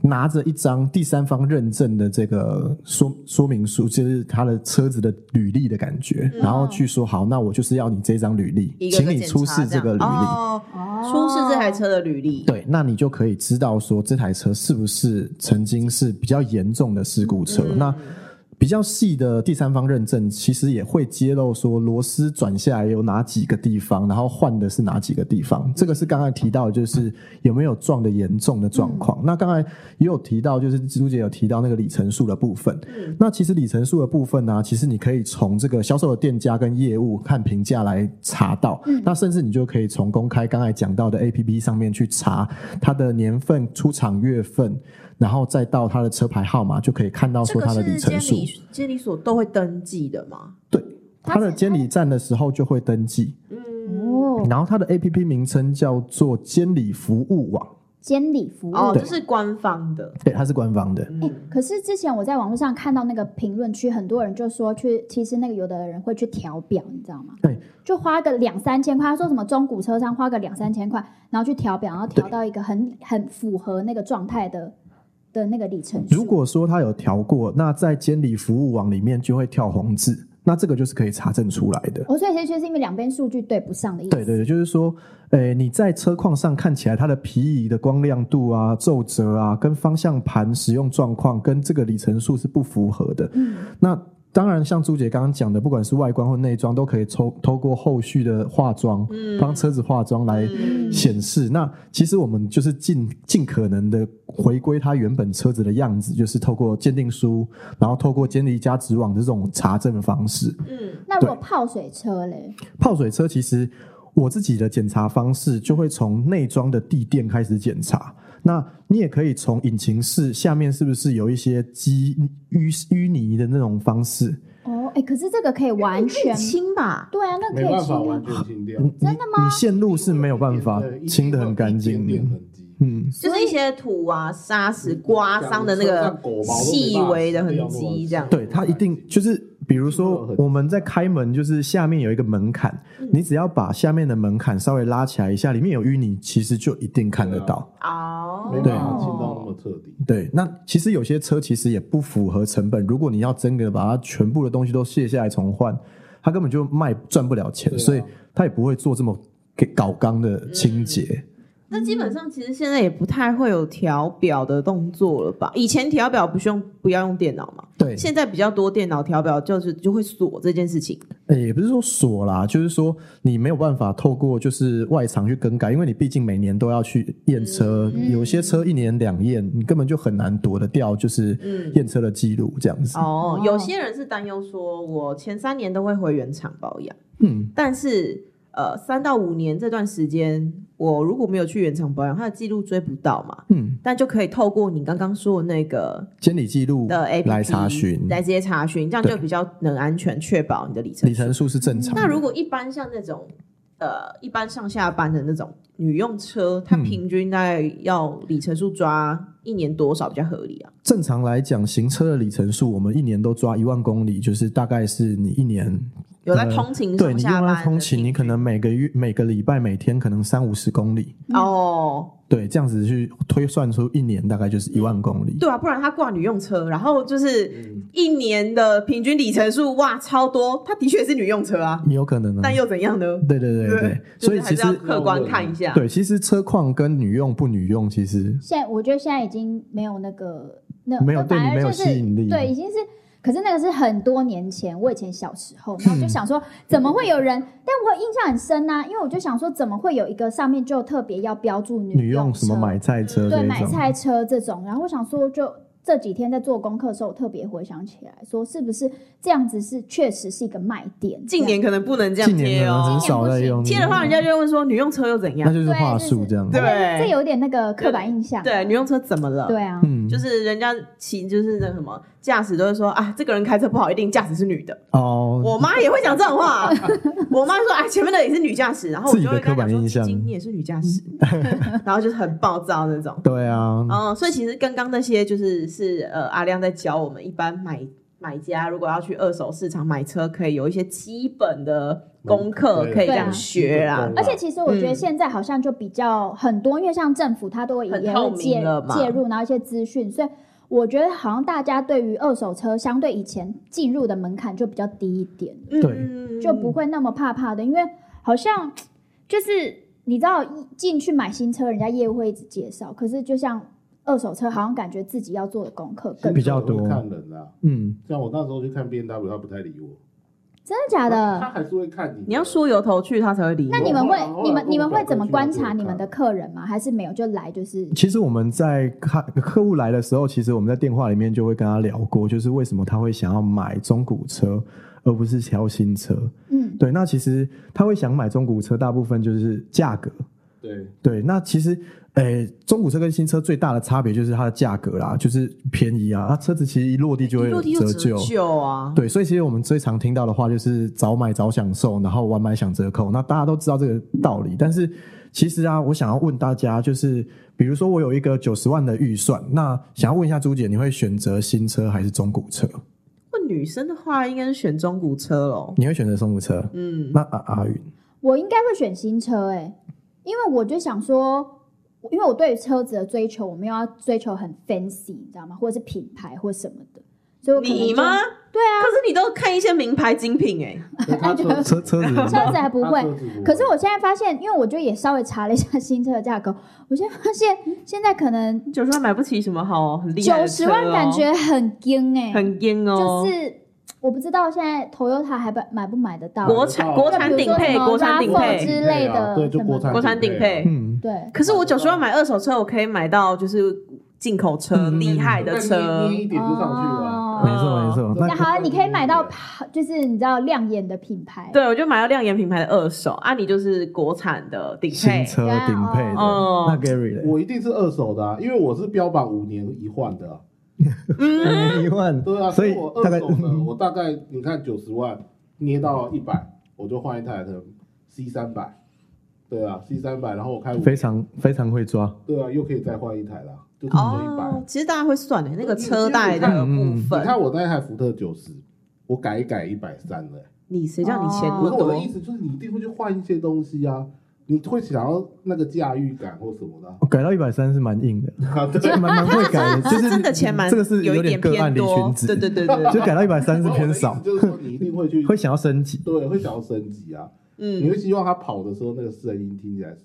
拿着一张第三方认证的这个说说明书，就是他的车子的履历的感觉，然后去说好，那我就是要你这张履历，
嗯一个一
请
个
你
检
出
查
示这个履历。
样哦，
哦
出示这台车的履历，
对，那你就可以知道说这台车是不是曾经是比较严重的事故车。那比较细的第三方认证，其实也会揭露说螺丝转下来有哪几个地方，然后换的是哪几个地方。这个是刚才提到，就是有没有撞的严重的状况。那刚才也有提到，就是蜘蛛姐有提到那个里程数的部分。那其实里程数的部分呢、其实你可以从这个销售的店家跟业务看评价来查到。
嗯
那甚至你就可以从公开刚才讲到的 APP 上面去查它的年份、出厂月份，然后再到它的车牌号码，就可以看到
这
说
个
它的
是
里程
监
数。
理监理所都会登记的吗？
对，
它
它的
是
监理站的时候就会登记，
哦，
然后它的 APP 名称叫做监理服务网，
监理服务。
哦，
对
这是官方的，
对，它是官方的。
嗯
哎、可是之前我在网络上看到那个评论区，很多人就说去，其实那个有的人会去调表，你知道吗？
对，
就花个两三千块，他说什么中古车商花个两三千块，然后去调表，然后调
对
到一个很很符合那个状态的的那个里程数。
如果说它有调过，那在监理服务网里面就会跳红字，那这个就是可以查证出来的。
我哦所以其实是因为两边数据对不上的意思。
对对对，就是说，诶，你在车况上看起来它的皮椅的光亮度啊、皱褶啊，跟方向盘使用状况跟这个里程数是不符合的。
嗯，
那当然，像朱姐刚刚讲的，不管是外观或内装，都可以透透过后续的化妆，帮车子化妆来
嗯
显示。那其实我们就是尽尽可能的回归它原本车子的样子，就是透过鉴定书，然后透过监理加值网的这种查证方式。
嗯，
那如果泡水车嘞？
泡水车其实我自己的检查方式就会从内装的地垫开始检查。那你也可以从引擎室下面是不是有一些积淤淤泥的那种方式？
哦，哎、可是这个可以完全
很。轻吧？
对啊，那
没
可以
办
清
法
啊
完。全清掉
你，
真的吗
你线嗯路是没有办法清的很干净
一点点
的。
痕迹。
嗯，
就是一些土啊、沙石刮伤的那
嗯像
个
狗毛都没办法
细微的痕迹，这样。
对，它一定就是，比如说我们在开门，就是下面有一个门槛，你只要把下面的门槛稍微拉起来一下，里面有淤泥，其实就一定看得到。
哦，
没办法清到那么彻
哦
底。
对，那其实有些车其实也不符合成本。如果你要真的把它全部的东西都卸下来重换，它根本就卖赚不了钱，
对啊
所以它也不会做这么给搞缸的清洁。
那基本上其实现在也不太会有调表的动作了吧？以前调表不是用不要用电脑嘛，
对，
现在比较多电脑调表就是就会锁这件事情。
呃也不是说锁啦，就是说你没有办法透过就是外场去更改，因为你毕竟每年都要去验车，
嗯
有些车一年两验，你根本就很难躲得掉，就是
嗯
验车的记录这样
嗯
子。
哦
哦，
有些人是担忧说，我前三年都会回原厂保养，
嗯，
但是呃，三到五年这段时间，我如果没有去原厂保养，它的记录追不到嘛，
嗯，
但就可以透过你刚刚说的那个
监理记录
的 A P
来查询，
来直接查询，这样
对
就比较能安全确保你的里程
里
数。
程数是正常的。
那如果一般像那种呃一般上下班的那种女用车，它
嗯
平均大概要里程数抓一年多少比较合理啊？
正常来讲，行车的里程数我们一年都抓一万公里，就是大概是你一年
有在
呃
通勤
对
上
你
下
用
班
来
的
通勤，
平
你可能每个月每个礼拜每天可能三五十公里，
哦，
对，这样子去推算出一年大概就是一万公里。
对啊，不然他挂女用车，然后就是
嗯
一年的平均里程数哇超多，它的确是女用车啊，
你有可能啊
但，又怎样呢？
对对对对对，
就
所
是
以
还
其
是要啊
实
客观看一下。
对，其实车况跟女用不女用，其实
现在我觉得现在已经没有那个那
没有
反
对你
而
没有
就是
吸引力
对，已经是。可是那个是很多年前，我以前小时候，然后
嗯
就想说，怎么会有人？但我印象很深啊呐、因为我就想说，怎么会有一个上面就特别要标注
女
用
用什么
车
买菜车这
对
一
买
种，
菜车这种，然后我想说就。这几天在做功课的时候，我特别回想起来，说是不是这样子是确实是一个卖点？
近年可能不能这
近
样
年
贴
可能
哦
很，少在用，
贴的话人家就会问说女用车又怎
那
样？
就是
对
话
就是
术这样。
这
对
样这这有点那个刻板印象。啊
对，女用车怎么了？
对啊，
嗯，
就是人家骑就是那什么驾驶都会说啊，这个人开车不好，一定驾驶是女的。
哦，
我妈也会讲这种 话，我妈说哎，前面的也是女驾驶，然后我
自己
就
的
会跟她
刻板
讲
印
说，
象嗯
晶晶你也是 女驾驶，然后就是很暴躁那种。
对啊，
哦嗯，所以其实刚刚那些就是是呃阿亮在教我们一般买买家如果要去二手市场买车，可以有一些基本的功课
嗯
可以这
对
样学啦。
而且其实我觉得
嗯
现在好像就比较很多，因为像政府它都会
很
也
透
会
明
介
了嘛
介入，然后一些资讯，所以我觉得好像大家对于二手车相对以前进入的门槛就比较低一点，
嗯
对
嗯
就不会那么怕怕的，因为好像就是你知道一进去买新车，人家业务会一直介绍，可是就像二手车，好像感觉自己要做的功课更
比较
新手
多
会看人啊。
嗯，
像我那时候去看 B N W，他不太理我。
真的假
他
的？
还是会看你。
你要梳油头去，他才会理我。
那你们会
我后来我后
你
来
们
跟
你们
我表
会
哥
怎么
去
观
那边
察你们
看
的客人吗？还是没有就来就是
其实我们在看客户来的时候，其实我们在电话里面就会跟他聊过，就是为什么他会想要买中古车，而不是挑新车。
嗯
对，那其实他会想买中古车，大部分就是价格。
对，
对，那其实，诶、中古车跟新车最大的差别就是它的价格啦，就是便宜啊。它车子其实一落地就会
一
有
落地就
旧
折，旧啊。
对，所以其实我们最常听到的话就是早买早享受，然后晚买享折扣。那大家都知道这个道理，但是其实啊，我想要问大家，就是比如说我有一个九十万的预算，那想要问一下朱姐，你会选择新车还是中古车？
问女生的话，应该是选中古车喽。
你会选择中古车？
嗯，
那阿阿云，
我应该会选新车哎、因为我就想说，因为我对于车子的追求，我没有要追求很 fancy，你知道吗？或者是品牌或什么的，所以我可能就
你吗？
对啊，
可是你都看一些名牌精品哎、
所以他 车
车车子
车子还不会
他。车子不会
可是我现在发现，因为我就也稍微查了一下新车的价格， 我现在发现现在可能
九十万买不起什么好很厉害
九
的车
十
哦
万感觉很惊哎、
很硬哦，
就是我不知道现在 Toyota 还买买不买得到，
国产国产顶配，国产顶
对
配，
之类的
啊对，就
什么
国产
国产顶配。
嗯，
对，
可是我九十万买二手车，我可以买到就是进口车
嗯
厉害的车
哦
那捏，一点就上去了。
没错没
哦
错。那
那好，啊你可以买到就
对
是你知道亮眼的品牌，
对我就买到亮眼品牌的二手啊，你就是国产的顶
新
配，
车顶配的，
哦
那 Gary 嘞？
我一定是二手的啊，因为我是标榜五年一换的啊。
五
嗯，
年一万，
对啊，
所以
我
大概
二手的，我大嗯概你看九十万捏到一百，我就换一台的 C 三百。对啊，C 三百，然后我开五，
非常非常会抓。
对啊，又可以再换一台啦，就只有一百。
哦，其实大家会算的那个车贷的部
你
分，
看我那一台福特九十，我改一改一百三了欸。
你谁叫你钱
哦
那么
不是我
多
的？意思，就是你一定会去换一些东西啊，你会想要那个驾驭感或什么的啊。
哦改到一百三是蛮硬的，
啊，对，
蛮蛮会改的，就是
啊真的钱蛮
这个是
有
有
一
点
点
个案
偏
离
多
群，子，
对对对对，
就改到一百三是偏
我
少
的意思，就是说你一定会去，
会想要升级，
对，会想要升级啊。你
嗯，
会希望它跑的时候那个声音听起来，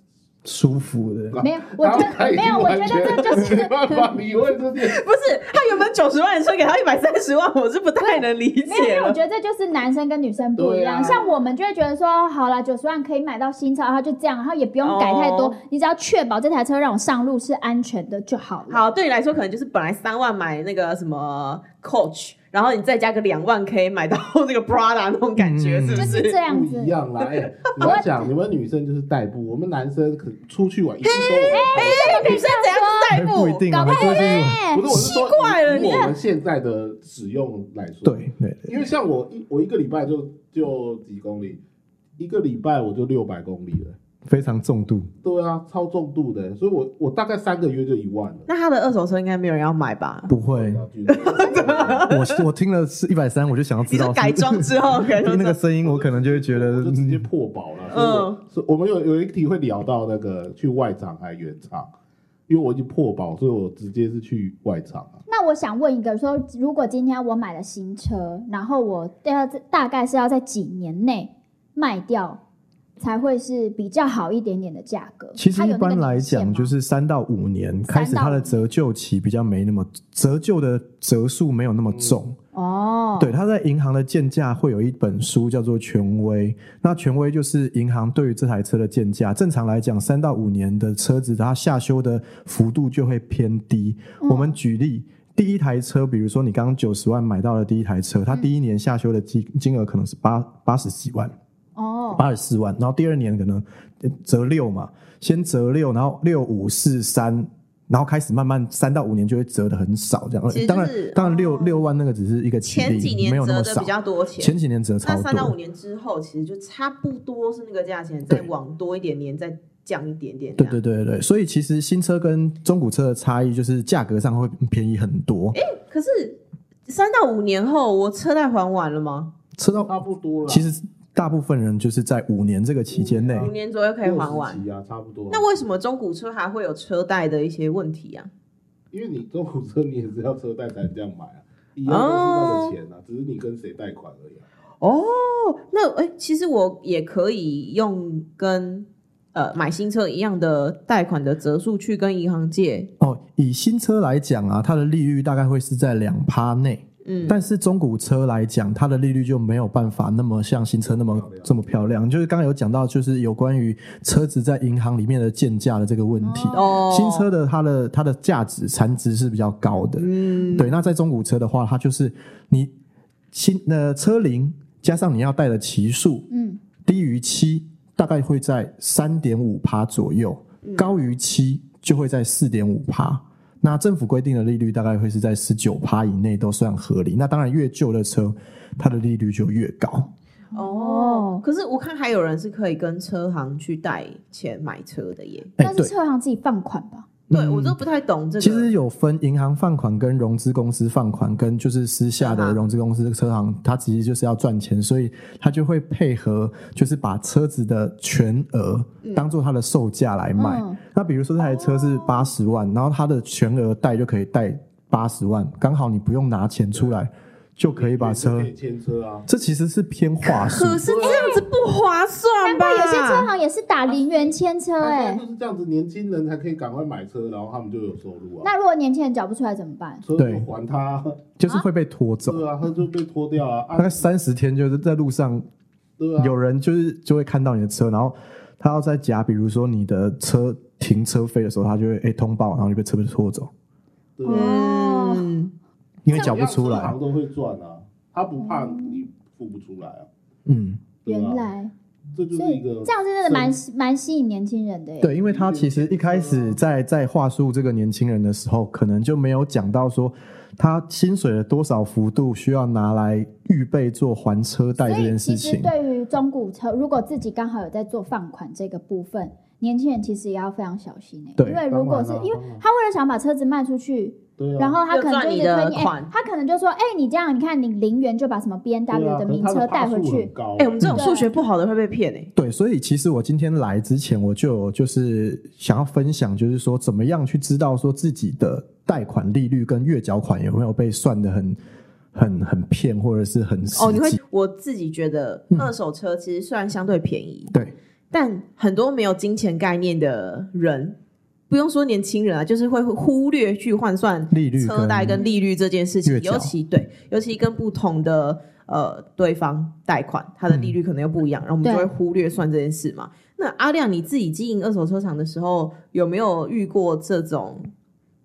舒服的。
没有，我觉
它
得
已经
没有，我觉
完全
得这 就是
没办法理会这些。
不是他原本九十万的车给他一百三十万，我是不太能理
没有，因
解
为我
了。
觉得这就是男生跟女生不一样。
对啊
像我们就会觉得说，好啦，九十万可以买到新车，然后就这样，然后也不用改太多，
哦
你只要确保这台车让我上路是安全的就好了。
好，对你来说可能就是本来三万买那个什么 Coach，然后你再加个两万可以买到那个 Prada 那种感觉，
嗯
是不
就是
是？
这样
不
子
一，样啦，哎，你要想，你们女生就是代步，我们男生可出去玩一定都
女生怎样是代
不
步？
一定啊，
搞不
这是
哎
有。不是，我是说，
奇怪了
以
你
我
看
们现在的使用来说，
对对，
因为像我一我一个礼拜就就几公里，一个礼拜我就六百公里了。
非常重度。
对啊，超重度的，所以我我大概三个月就一万了。
那他的二手车应该没有人要买吧？
不会，我我听了是一百三，我就想要
你
知
说
道
改装之 后，改
听
装
那
之
个
后
声音，我可能就会觉得
我就直接破保了。嗯，所以我们有有一题会聊到那个去外场还原厂，因为我已经破保，所以我直接是去外场啊。
那我想问一个说，如果今天我买了新车，然后我要在大概是要在几年内卖掉，才会是比较好一点点的价格？
其实
它
一
有那个
般来
年限
讲，
吗
就是三到五年开始，
三到
它
五
的折旧期比较没那么折旧的折数没有那么重。
哦，
对，，它在银行的鉴价会有一本书叫做《权威》，那权威就是银行对于这台车的鉴价。正常来讲，三到五年的车子，它下修的幅度就会偏低。我们举例。第一台车，比如说你刚刚九十万买到的第一台车，它第一年下修的金金额可能是八八十几万，
哦，
八十四万，然后第二年可能呃折六嘛，先折六，然后六五四三，然后开始慢慢三到五年就会折的很少这样。
其实
当然
就是，
当然六
哦
六万那个只是一个举
前
例
几年
没有那
折
么
的
少
比，较多钱
前。几年折
那
超
三到五
多。
年之后，其实就差不多是那个价钱，
对
再往多一点年再降一点点这
对
样。
对对对对，所以其实新车跟中古车的差异就是价格上会便宜很多。
可是三到五年后，我车贷还完了吗？
车到
哦
差不多了。
其实大部分人就是在五年这个期间内
五
五年左右可以还完。
60期啊，差不多。
那为什么中古车还会有车贷的一些问题啊？
因为你中古车你也是要车贷才这样买啊，一样都是那个钱啊，只是你跟谁贷款而已、啊。
哦，那哎、其实我也可以用跟呃买新车一样的贷款的折数去跟银行借。
哦，以新车来讲啊，它的利率大概会是在两趴内。
嗯，
但是中古车来讲，它的利率就没有办法那么像新车那么
漂亮
这么漂亮。就是刚刚有讲到，就是有关于车子在银行里面的建价的这个问题。
哦，
新车的它的它的价值残值是比较高的，
嗯，
对。那在中古车的话，它就是你新呃车龄加上你要贷的期数
嗯，
低于七，大概会在三点五趴左右；高于七就会在四点五趴。那政府规定的利率大概会是在十九趴以内都算合理。那当然，越旧的车，它的利率就越高。
哦
哦。
可是我看还有人是可以跟车行去贷钱买车的耶。
哎
但是
对
车行自己放款吧？
对，我都不太懂这个。
嗯其实有分银行放款、跟融资公司放款，跟就是私下
车
的
行
融资公司、车行，它其实就是要赚钱，所以它就会配合，就是把车子的全额
嗯
当做它的售价来卖。
嗯
那比如说这台车
哦
是八十万，然后它的全额贷就可以贷八十万，刚好你不用拿钱出
嗯
来就可以把车
可。以签车啊，
这其实是偏话术，
可是这样子不划算
难
吧？
怪哎有些车行也是打零元签车
他
哎、
现在就是这样子，年轻人才可以赶快买车，然后他们就有收入啊。
那如果年轻人缴不出来怎么办？
车
对
就还他啊，
就是会被拖走。
对啊，他就被拖掉啊。
大概
啊
三十天就是在路上
对啊，
有人就是就会看到你的车，然后他要再加，比如说你的车停车费的时候，他就会哎、通报，然后就被车被拖走，
对啊，
嗯，
因为缴不出
一样车
来
行。都会赚啊，他不怕你付不出来啊。
嗯，
对啊
原来，
这就
所
是一
以
啊
个
这样真的蛮蛮吸引年轻人的耶。
对，因为他其实一开始在在话术这个年轻人的时候，可能就没有讲到说他薪水的多少幅度需要拿来预备做还车贷
所
这
以
件
其
事
实
情。
对于中古车，如果自己刚好有在做放款这个部分，年轻人其实也要非常小心哎、
对
因为如果是
当然啊
因为
当然
他为了想把车子卖出去，
对啊，
然后他可能就一直
又
推
赚
你，
你
哎、
的款
他可能就说，哎、你这样，你看你零元就把什么 B N
对
W
啊
的名车带回，
可是他的趴数很
去，
高啊
哎、我们这种
对
数学不好的会被骗哎、
对，所以其实我今天来之前，我就有就是想要分享，就是说怎么样去知道说自己的贷款利率跟月缴款有没有被算的很很很骗，或者是很实际。
哦，你会，我自己觉得二手车其实虽然相对便宜，
对，
但很多没有金钱概念的人，不用说年轻人啊，就是会忽略去换算
利率
车贷跟利率这件事情
月，缴
尤其对，尤其跟不同的呃对方贷款，它的
嗯
利率可能又不一样，然后我们
对
就会忽略算这件事嘛。那阿亮你自己经营二手车厂的时候，有没有遇过这种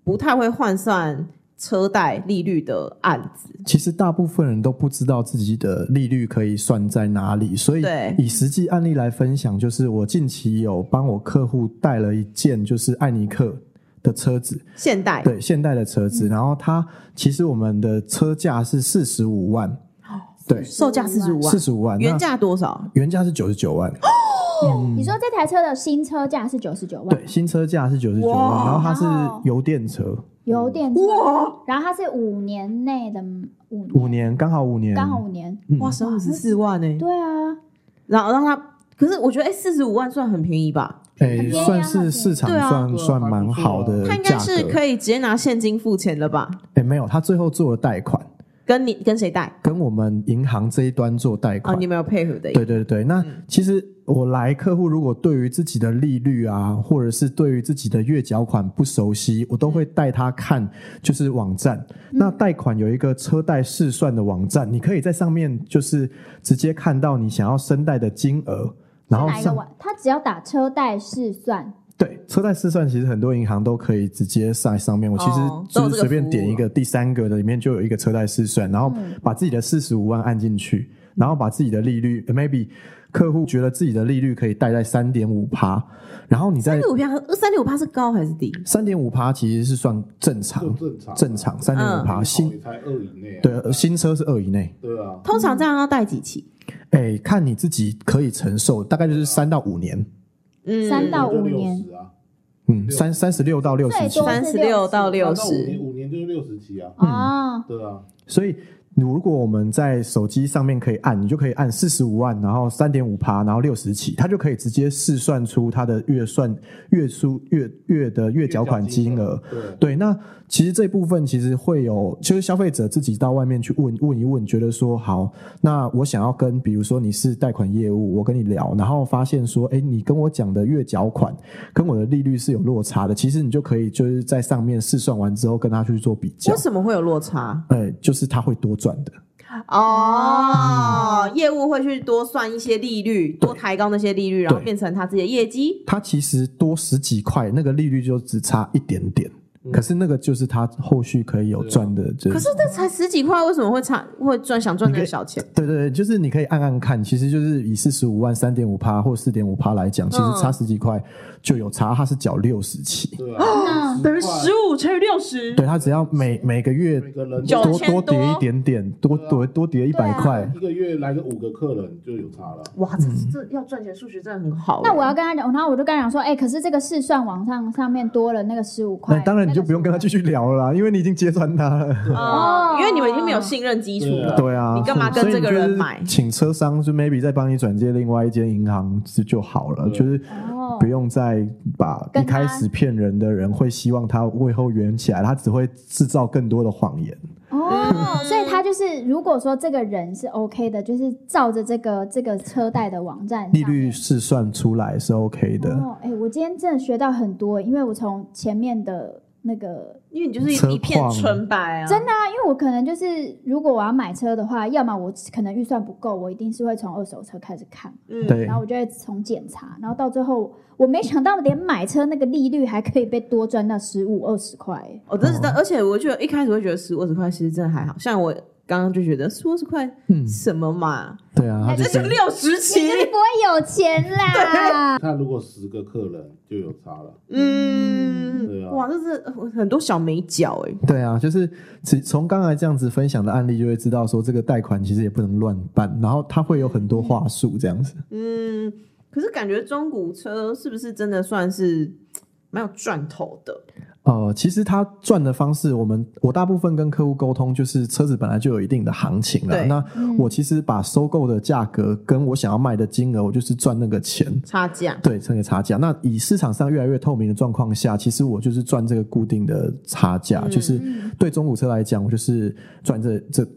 不太会换算车贷利率的案子？
其实大部分人都不知道自己的利率可以算在哪里，所以
对
以实际案例来分享，就是我近期有帮我客户贷了一件就是艾尼克的车子，
现代
对现代的车
嗯
子，然后它其实我们的车价是四十五万，对，
售价哦四十五万
四，十五万，
原
那
价哦多少？
原价是九十九万，嗯
你说这台车的新车价是九十九万
对，，新车价是九十九
哇
万，然后它
哇
是油电车，
有点车，
哇
然后它是五年内的五
五年刚好五年，
刚好五年，
嗯
哇，省五十四万呢、
对啊，
然后让他，可是我觉得哎，四十五万算很便宜吧？
哎，
宜啊
算是市场
对啊
算
对啊
算
还不
蛮
错
好
啊
的
他应该
价
是
格，
可以直接拿现金付钱了吧？
哎，没有，他最后做了贷款。
跟你跟谁贷
跟我们银行这一端做贷
啊？
款。
你没有配合的耶，
对对对，那其实我来客户如果对于自己的利率啊，或者是对于自己的月缴款不熟悉，我都会带他看就是网站。那贷款有一个车贷试算的网站，你可以在上面就是直接看到你想要申贷的金额，然后
哪一个
上
万？他只要打车贷试算，
对，车贷试算其实很多银行都可以直接在上面。我其实
哦都有
就
这
是
个
随便
服务嗯
点一个第三个的，里面就有一个车贷试算，然后把自己的四十五万按进去，然后把自己的利率呃，maybe 客户觉得自己的利率可以贷在三点五趴，然后你在
三六五趴，三六五趴是高还是低？
三点五趴其实是算正常
就，正常啊
正常三点五趴
嗯
新
也才二以内啊，
对呃新车是二以内，
对啊，
通常这样要贷几期？
哎，看你自己可以承受，大概就是三到五年。
嗯
三到
就
五
六
年
十啊，
嗯，三三十六到六十
最
七
多，
三十六到六
三到五年
十，
五年就是六十七啊，
嗯
哦，
对啊，
所以如果我们在手机上面可以按，你就可以按四十五万，然后三点五趴，然后六十起，它就可以直接试算出它的月算月数月月的月缴款金额。
对，
对，那其实这部分其实会有，就是消费者自己到外面去问问一问，觉得说好，那我想要跟，比如说你是贷款业务，我跟你聊，然后发现说，哎，你跟我讲的月缴款跟我的利率是有落差的，其实你就可以就是在上面试算完之后跟他去做比较
为，什么会有落差？
呃，就是他会多赚的。
啊哦，业务会去多算一些利率，多抬高那些利率，然后变成他自己的业绩。
它其实多十几块，那个利率就只差一点点，
嗯
可是那个就是它后续可以有
啊
赚的。就
可是这才十几块，为什么会差会赚想赚那个小钱？
对对对，就是你可以按按看，其实就是以四十五万三点五趴或四点五趴来讲，其实
嗯
差十几块就有差，它是缴六十起，
对啊，
等于
块
十五乘以六十，
对，它只要每每个月
每个人
嗯九
多
千
多
多
叠一点点，多
对啊
多多叠一百块，
一个月来个五个客人就有差了，
哇，这
嗯
这要赚钱数学真的很好欸。
那我要跟他讲，然后我就跟他讲说，哎、可是这个试算网上上面多了那个十五块，
那当然你就不用跟他
那个15
继续聊了啦，因为你已经揭穿他了。
哦
哦，
因为你们已经没有信任基础了。
对啊，
你干嘛跟这个人买
所以你就是请车商就 maybe 再帮你转接另外一间银行就就好了，
对
就是
哦
不用再把一
跟他
开始骗人的人会希望他为后圆起来，他只会制造更多的谎
啊
言。
哦，所以他就是如果说这个人是 OK 的，就是照着这个这个车贷的网站
利
上面
率试算出来是 OK 的，
哦，哎、我今天真的学到很多，因为我从前面的那个，
因为你就是
车
一片
况
纯白啊，
真的、啊，因为我可能就是如果我要买车的话，要么我可能预算不够，我一定是会从二手车开始看，
嗯，
对
然后我就会从检查，然后到最后，我没想到连买车那个利率还可以被多赚到十五二十块，哎
我真的，而且我觉得一开始会觉得十五二十块其实真的还好，像我刚刚就觉得十五二十块
嗯，
什么嘛，
对啊，他
那
就
哎这
是
是六十
你
起
就，是不会有钱啦。
看如果十个客人就有差了，对
嗯，
啊
哇，这是很多小美角哎，
对啊，就是只从刚才这样子分享的案例就会知道说，这个贷款其实也不能乱办，然后他会有很多话术这样子。
嗯，可是感觉中古车是不是真的算是蛮有赚头的？
呃，其实他赚的方式，我们我大部分跟客户沟通，就是车子本来就有一定的行情了。
对
那
嗯
我其实把收购的价格跟我想要卖的金额，我就是赚那个钱。
差价，
对，这个差价。那以市场上越来越透明的状况下，其实我就是赚这个固定的差价，
嗯
就是
嗯
对中古车来讲，我就是赚这这。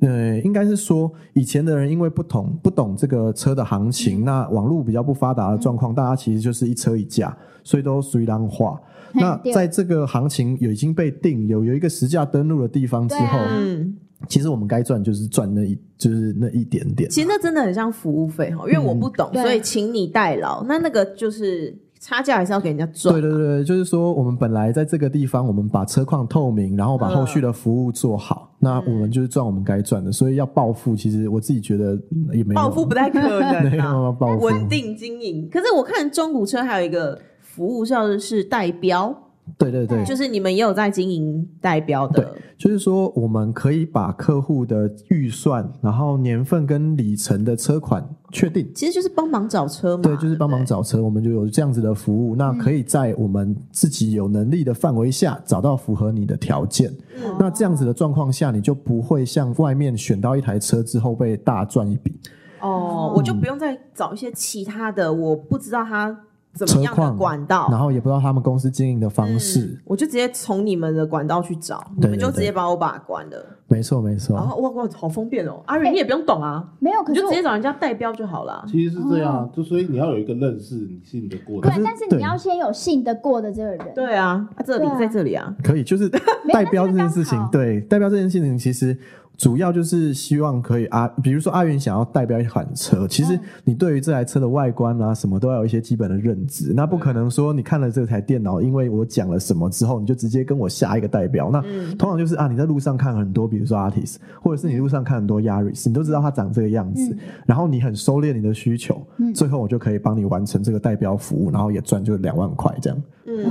呃，应该是说以前的人因为不懂不懂这个车的行情，
嗯
那网络比较不发达的状况，大家其实就是一车一价，所以都属于浪化。
嘿
那
对
在这个行情有已经被定有有一个实价登录的地方之后，
对啊
嗯，
其实我们该赚就是赚那一就是那一点点。
其实那真的很像服务费哈，因为我不懂，
对
所以请你代劳，那那个就是差价还是要给人家赚
对，对对，就是说我们本来在这个地方，我们把车况透明，然后把后续的服务做好，
嗯
那我们就是赚我们该赚的，所以要暴富，其实我自己觉得嗯也没有
暴富不太可
没
能
有
啊。
啊暴富，
稳定经营。可是我看中古车还有一个服务效的是代标，
对对对，
就是你们也有在经营代标的，
就是说我们可以把客户的预算，然后年份跟里程的车款确定。
其实就是帮忙找车嘛。
对，就是帮忙
嗯对嗯
找车，我们就有这样子的服务。那可以在我们自己有能力的范围下，找到符合你的条件。
嗯
那这样子的状况下，你就不会像外面选到一台车之后被大赚一笔。
不对。哦，我就
嗯
不用再找一些其他的，我不知道它怎么
车
样的
况
管道，
然后也不知道他们公司经营的方式。
嗯，我就直接从你们的管道去找，你
对
们
对哦
就直接
对
把我把关了。
没错，没错。
然后哇哇，好方便哦！阿瑞
哎
你也不用懂啊，
没有，可
你
是
就直
我
接找人家代标就好了。
其实是这样，啊就所以你要有一个认识，你信得过的
可是
对，啊但是
对
你要先有信得过的这个人。
对啊，啊这里
对啊
在这里啊，
可以，就是
没有
代标这件事
那就
情
刚好，
对，代标这件事情其实主要就是希望可以啊，比如说阿元想要代标一款车，其实
嗯
你对于这台车的外观啊什么都要有一些基本的认知，那不可
嗯
能说你看了这台电脑，因为我讲了什么之后，你就直接跟我下一个代标，那
嗯
通常就是啊，你在路上看很多，比如说 Artis，或者是你路上看很多 Yaris，你都知道它长这个样子，
嗯
然后你很收敛你的需求，
嗯
最后我就可以帮你完成这个代标服务，然后也赚就两万块这样。
嗯，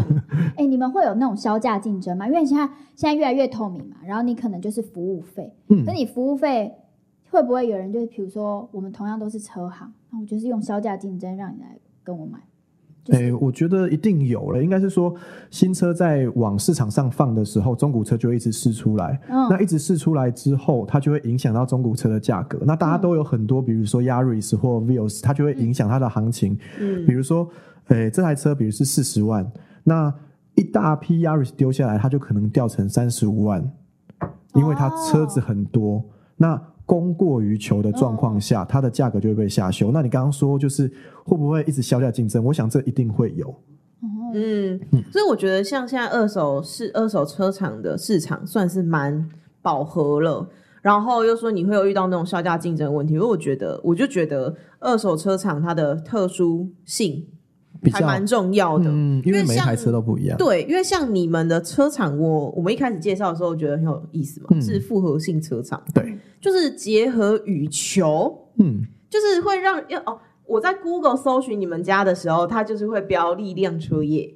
哎、你们会有那种销价竞争吗？因为现在现在越来越透明嘛，然后你可能就是服务费，
嗯
可你服务费会不会有人就是，比如说我们同样都是车行，那我就是用销价竞争让你来跟我买，就
诶、
是
我觉得一定有了，应该是说新车在往市场上放的时候，中古车就会一直试出来。
嗯
那一直试出来之后，它就会影响到中古车的价格。那大家都有很多，比如说 Yaris 或 Vios，它就会影响它的行情。
嗯
比如说，诶、这台车比如是四十万，那一大批 Yaris 丢下来，它就可能掉成三十五万，因为它车子很多。那供过于求的状况下，它的价格就会被下修。那你刚刚说就是会不会一直削价竞争？我想这一定会有。
嗯
嗯，所以我觉得像现在二手市二手车厂的市场算是蛮饱和了。然后又说你会有遇到那种销价竞争的问题，因为我觉得我就觉得二手车厂它的特殊性
比
还
较
蛮重要的。
嗯，因为
因为
每一台
像
车都不一样。
对，因为像你们的车厂，我我们一开始介绍的时候我觉得很有意思嘛，
嗯
是复合性车厂，
对，
就是结合羽球，
嗯，
就是会让要哦，我在 Google 搜寻你们家的时候，它就是会标力量车业，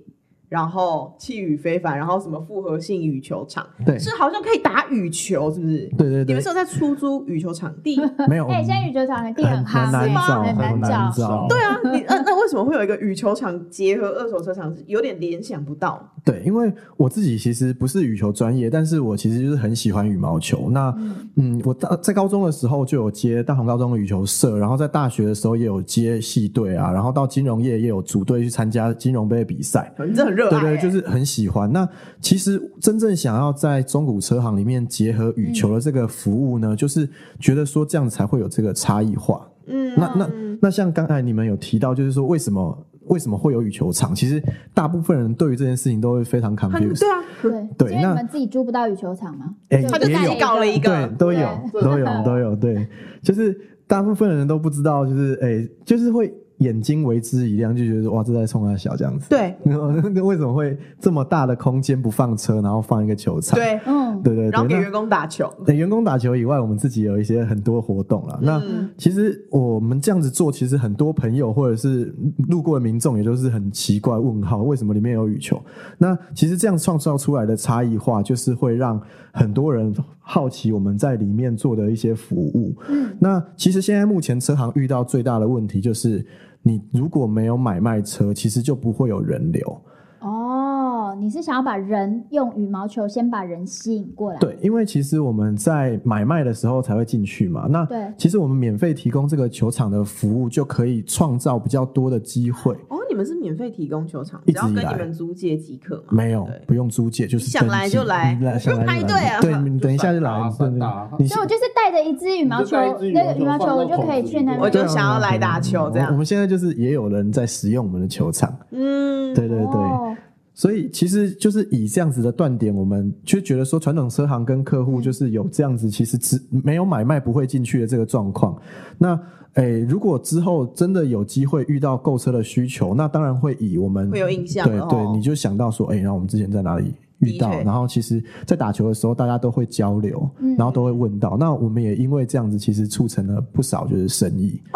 然后气宇非凡，然后什么复合性羽球场，
对，
是好像可以打羽球，是不是？
对对
你们
对
是，有在出租羽球场啊地？
没有。
哎、现在羽球场的地很
很
夯、
难
哎
找，
很
很
难
难
找。
找。
对啊，你呃，那为什么会有一个羽球场结合二手车场，有点联想不到？
对，因为我自己其实不是羽球专业，但是我其实就是很喜欢羽毛球。那嗯，我大在高中的时候就有接大同高中的羽球社，然后在大学的时候也有接系队啊，然后到金融业也有组队去参加金融杯的比赛。
你真的很热爱、
对对，
欸
就是很喜欢。那其实真正想要在中古车行里面结合羽球的这个服务呢，就是觉得说这样才会有这个差异化。
嗯，
那那那像刚才你们有提到，就是说为什么为什么会有羽球场？其实大部分人对于这件事情都会非常
很
confused，
对啊，
对，
对
因为你
那
们自己租不到羽球场嘛，
哎
他就自
也
己
有
搞了一个
对，都有
对
啊
都有都有，对，就是大部分人都不知道，就是哎、就是会眼睛为之一亮，就觉得哇，这在冲他小这样子。
对
然后为什么会这么大的空间不放车，然后放一个球场？
对，
嗯，
对对
然后给
对，
员工打球。
那对员工打球以外，我们自己有一些很多活动啦。那
嗯
其实我们这样子做，其实很多朋友或者是路过的民众，也就是很奇怪问号，为什么里面有羽球？那其实这样创造出来的差异化，就是会让很多人好奇我们在里面做的一些服务。
嗯，
那其实现在目前车行遇到最大的问题就是，你如果没有买卖车，其实就不会有人流。
哦，你是想要把人用羽毛球先把人吸引过来？
对，因为其实我们在买卖的时候才会进去嘛。那
对
其实我们免费提供这个球场的服务，就可以创造比较多的机会。
哦，你们是免费提供球场，
一
只要
直
跟
以来
你们租借即可嘛？
没有
对，
不用租借，就是
想来就来
登记
不用
想来
排
就
队啊
来对，你等一下就
就
来，
散打啊
对对
散打啊
你
所以我就是带着一支羽毛球，
你就
那
带一
个
支
羽
羽
毛
毛球
球，我就可以去那
我
边。
啊
就想要来打球这样
我们现在就是也有人在使用我们的球场，
嗯，
对对对。
哦
所以其实就是以这样子的断点，我们就觉得说传统车行跟客
嗯
户就是有这样子，其实只没有买卖不会进去的这个状况。那诶，如果之后真的有机会遇到购车的需求，那当然会以我们
会有印象
对
哦
对，你就想到说，哎、然后我们之前在哪里遇到
的确？嗯
然后其实，在打球的时候，大家都会交流，
嗯
然后都会问到。那我们也因为这样子，其实促成了不少就是生意。
就是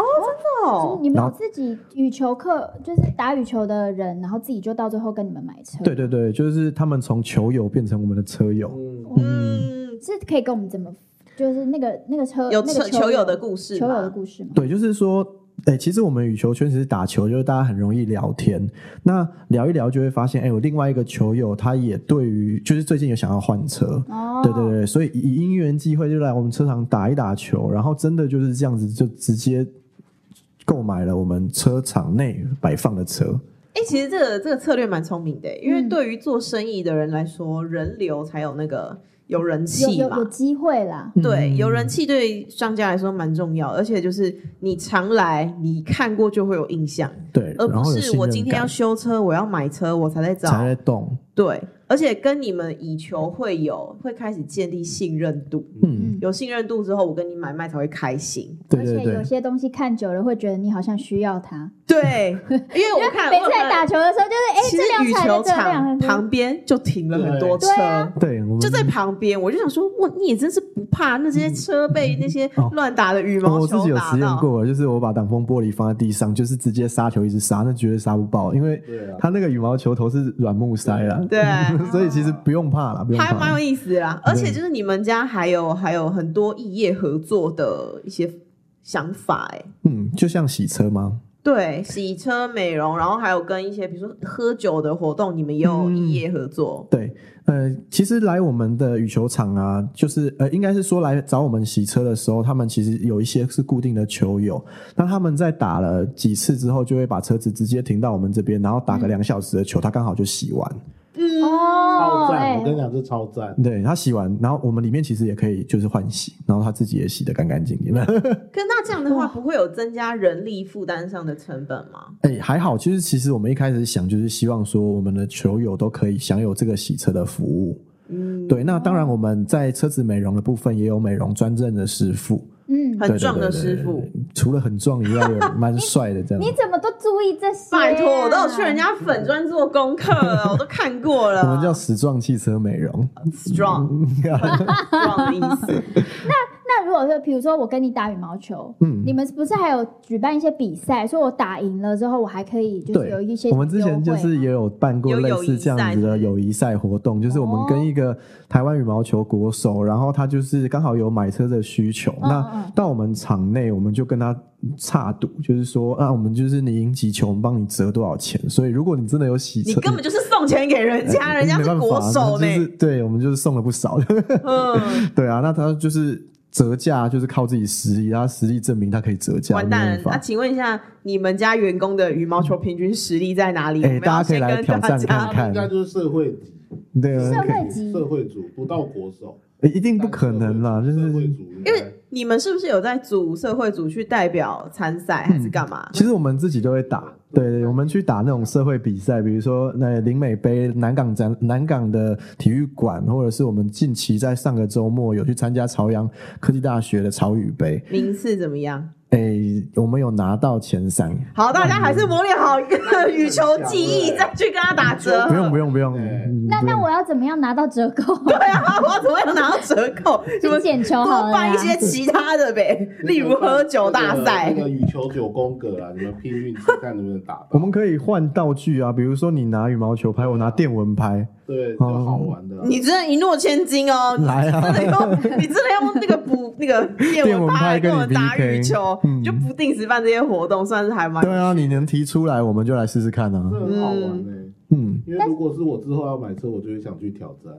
哦，
你们有
然后
自己羽球课，就是打羽球的人，然后自己就到最后跟你们买车。
对，对对，就是他们从球友变成我们的车友。
嗯，
嗯，
是可以跟我们怎么，就是那个那个车
有
那个
车球友的故事吗，
球友的故事吗？
对，就是说，哎、其实我们羽球圈其实打球就是大家很容易聊天，那聊一聊就会发现，哎、我另外一个球友他也对于就是最近有想要换车。
哦，
对对对，所以以因缘际会就来我们车场打一打球，然后真的就是这样子就直接购买了我们车场内摆放的车。
哎、其实这个这个策略蛮聪明的，因为
嗯
对于做生意的人来说，人流才有那个有人
有
气
有
嘛
有。机会啦。
嗯
对，有人气对商家来说蛮重要，而且就是你常来，你看过就会有印象，
对，
而
然
不
后有
是
信
我
任
今天
感
要修车，我要买车，我才在找。
才在动。
对，而且跟你们以球会有会开始建立信任度，
嗯，
有信任度之后，我跟你买卖才会开心。
对对
而且有
对，
些东西看久了会觉得你好像需要它。
对，因为我 看
每
我
次在
看
打球的时候，就是哎，
其实
这辆
羽
菜
球
的这
场
辆菜
旁边就停了很多车
对，对啊
对，我们
就在旁边，我就想说，哇，你也真是不怕那些车被那些
嗯哦
乱打的羽
哦
毛
我自己
球
有
打
实验
到。
过，就是我把挡风玻璃放在地上，就是直接杀球一直杀，那绝对杀不爆，因为
对啊，
它那个羽毛球头是软木塞啦，
对，
所以其实不用怕啦，不用
还蛮有
怕。
意思啦。而且就是你们家还有还有很多异业合作的一些想法，哎，
嗯，就像洗车吗？
对，洗车、美容，然后还有跟一些比如说喝酒的活动，你们也
嗯
有异业合作。
对，呃，其实来我们的羽球场啊，就是呃，应该是说来找我们洗车的时候，他们其实有一些是固定的球友，那他们在打了几次之后，就会把车子直接停到我们这边，然后打
嗯
个两小时的球，他刚好就洗完。
哦
超，赞！
哎
啊
我跟你讲，这超赞。
对他洗完，然后我们里面其实也可以就是换洗，然后他自己也洗得干干净净。
可那这样的话，
哇
不会有增加人力负担上的成本吗？
哎、还好，其实其实我们一开始想就是希望说我们的球友都可以享有这个洗车的服务。
嗯，
对，那当然我们在车子美容的部分也有美容专任的师傅，
嗯，
很
对
壮的师，
对
傅
对对，对除了很壮以外，也 蛮帅的这样
你。怎么都注意这些啊？
拜托，我都有去人家粉专做功课了，我都看过了。
我们叫时壮汽车美容，
strong strong 的意思。
那如果说，比如说我跟你打羽毛球，
嗯
你们不是还有举办一些比赛？说我打赢了之后，我还可以就是
对
有一些
我们之前就是也
有
有办过类似这样子的友谊赛活动，就是我
哦
们跟一个台湾羽毛球国手，然后他就是刚好有买车的需求，
嗯
那到我们场内我们就跟他差赌，就是说啊，我们就是你赢几球，我们帮你折多少钱。所以如果你真的有洗
你
车，哎
根本就是送钱给人家，人家
没
是
办法
国手
就
呢。
是对我们就是送了不少，
嗯，
对啊，那他就是。折价就是靠自己实力，他实力证明他可以折价，
完
没
蛋
办
了。
法。
那请问一下，你们家员工的羽毛球平均实力在哪里？
哎
我们要
大家可以来
先跟
挑
大家
战看
他们应该就是社会级，
对啊
社
可以
会级
社会主不到国手，
欸一定不可能啦，就
社会
是。
主
因为 你们是不是有在组社会组去代表参赛，
嗯
还是干嘛？
其实我们自己都会打，对，对我们去打那种社会比赛，比如说那林美杯、南港展、南港的体育馆，或者是我们近期在上个周末有去参加朝阳科技大学的朝语杯，
名次怎么样？
诶、我们有拿到前三，
好，大
嗯
家还是磨练好羽球技 艺，
对
再去跟他打折。
不用不用不用，
对
嗯
那
不
那
用
我要怎么样拿到折 扣？
对啊，我怎么会有拿到折扣？你
去
们
捡球好
多
啊
了啦。
办一些其他的 呗，例如喝酒大赛
啊
那个那。个羽球九宫格啦，你们拼运气看能不能打到。
我们可以换道具啊，比如说你拿羽毛球拍，我拿电蚊拍，
对，就好玩的。啊
你真的一诺千金哦！你
啊来啊
真的 用，你真的用那个补那个电
电
蚊
蚊
拍
拍
来跟
跟
我
你
们打
PK
羽球，
嗯
就不定时办这些活动，算是还蛮
对啊，你能提出来，我们就来试试看啊
这，很好玩呢、欸
嗯，
因为如果是我之后要买车，我就会想去挑战，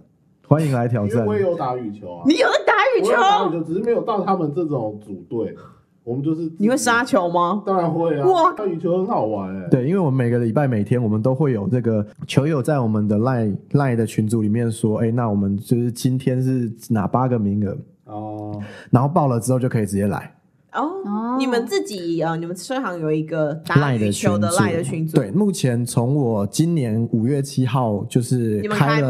欢迎来挑
因为
战
我。也有打羽球啊，
你有在打羽
我有打羽
球？
球，只是没有到他们这种组队，我们就是
你会杀，球吗？
当然会啊，
哇
打羽球很好玩哎、，
对，因为我们每个礼拜每天我们都会有这个球友在我们的 line line 的群组里面说，哎，那我们就是今天是哪八个名额，
哦、
然后报了之后就可以直接来
哦
哦，
你们自己呃，你们车行有一个打
line
羽
群
球
组
的赖的群组，
对，目前从我今年五月七号就是
你们
开
开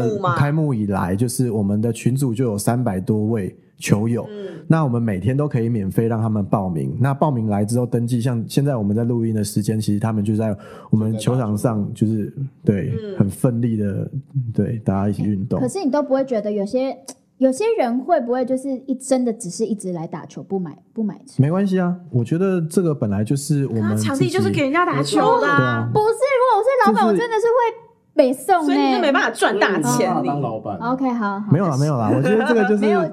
了
幕吗
以来，就是我们的群组就有三百多位球友。
嗯，
那我们每天都可以免费让他们报名。那报名来之后登记，像现在我们在录音的时间，其实他们就在我们球场上，就是对，
嗯
很奋力的，对，大家一起运动
可。是你都不会觉得有些有些人会不会就是一真的只是一直来打球不买不买车？
没关系啊，我觉得这个本来就是我
那
们
啊场地就是
自己
给人家打球的啊，
不是，如果我是老板，
就是
我真的是会北送
所以你就没
哎。
办法赚大钱
所以你没办法
你
当老板啊
OK，好好
没。有啦，没有啦，我觉得这 个就
没有
是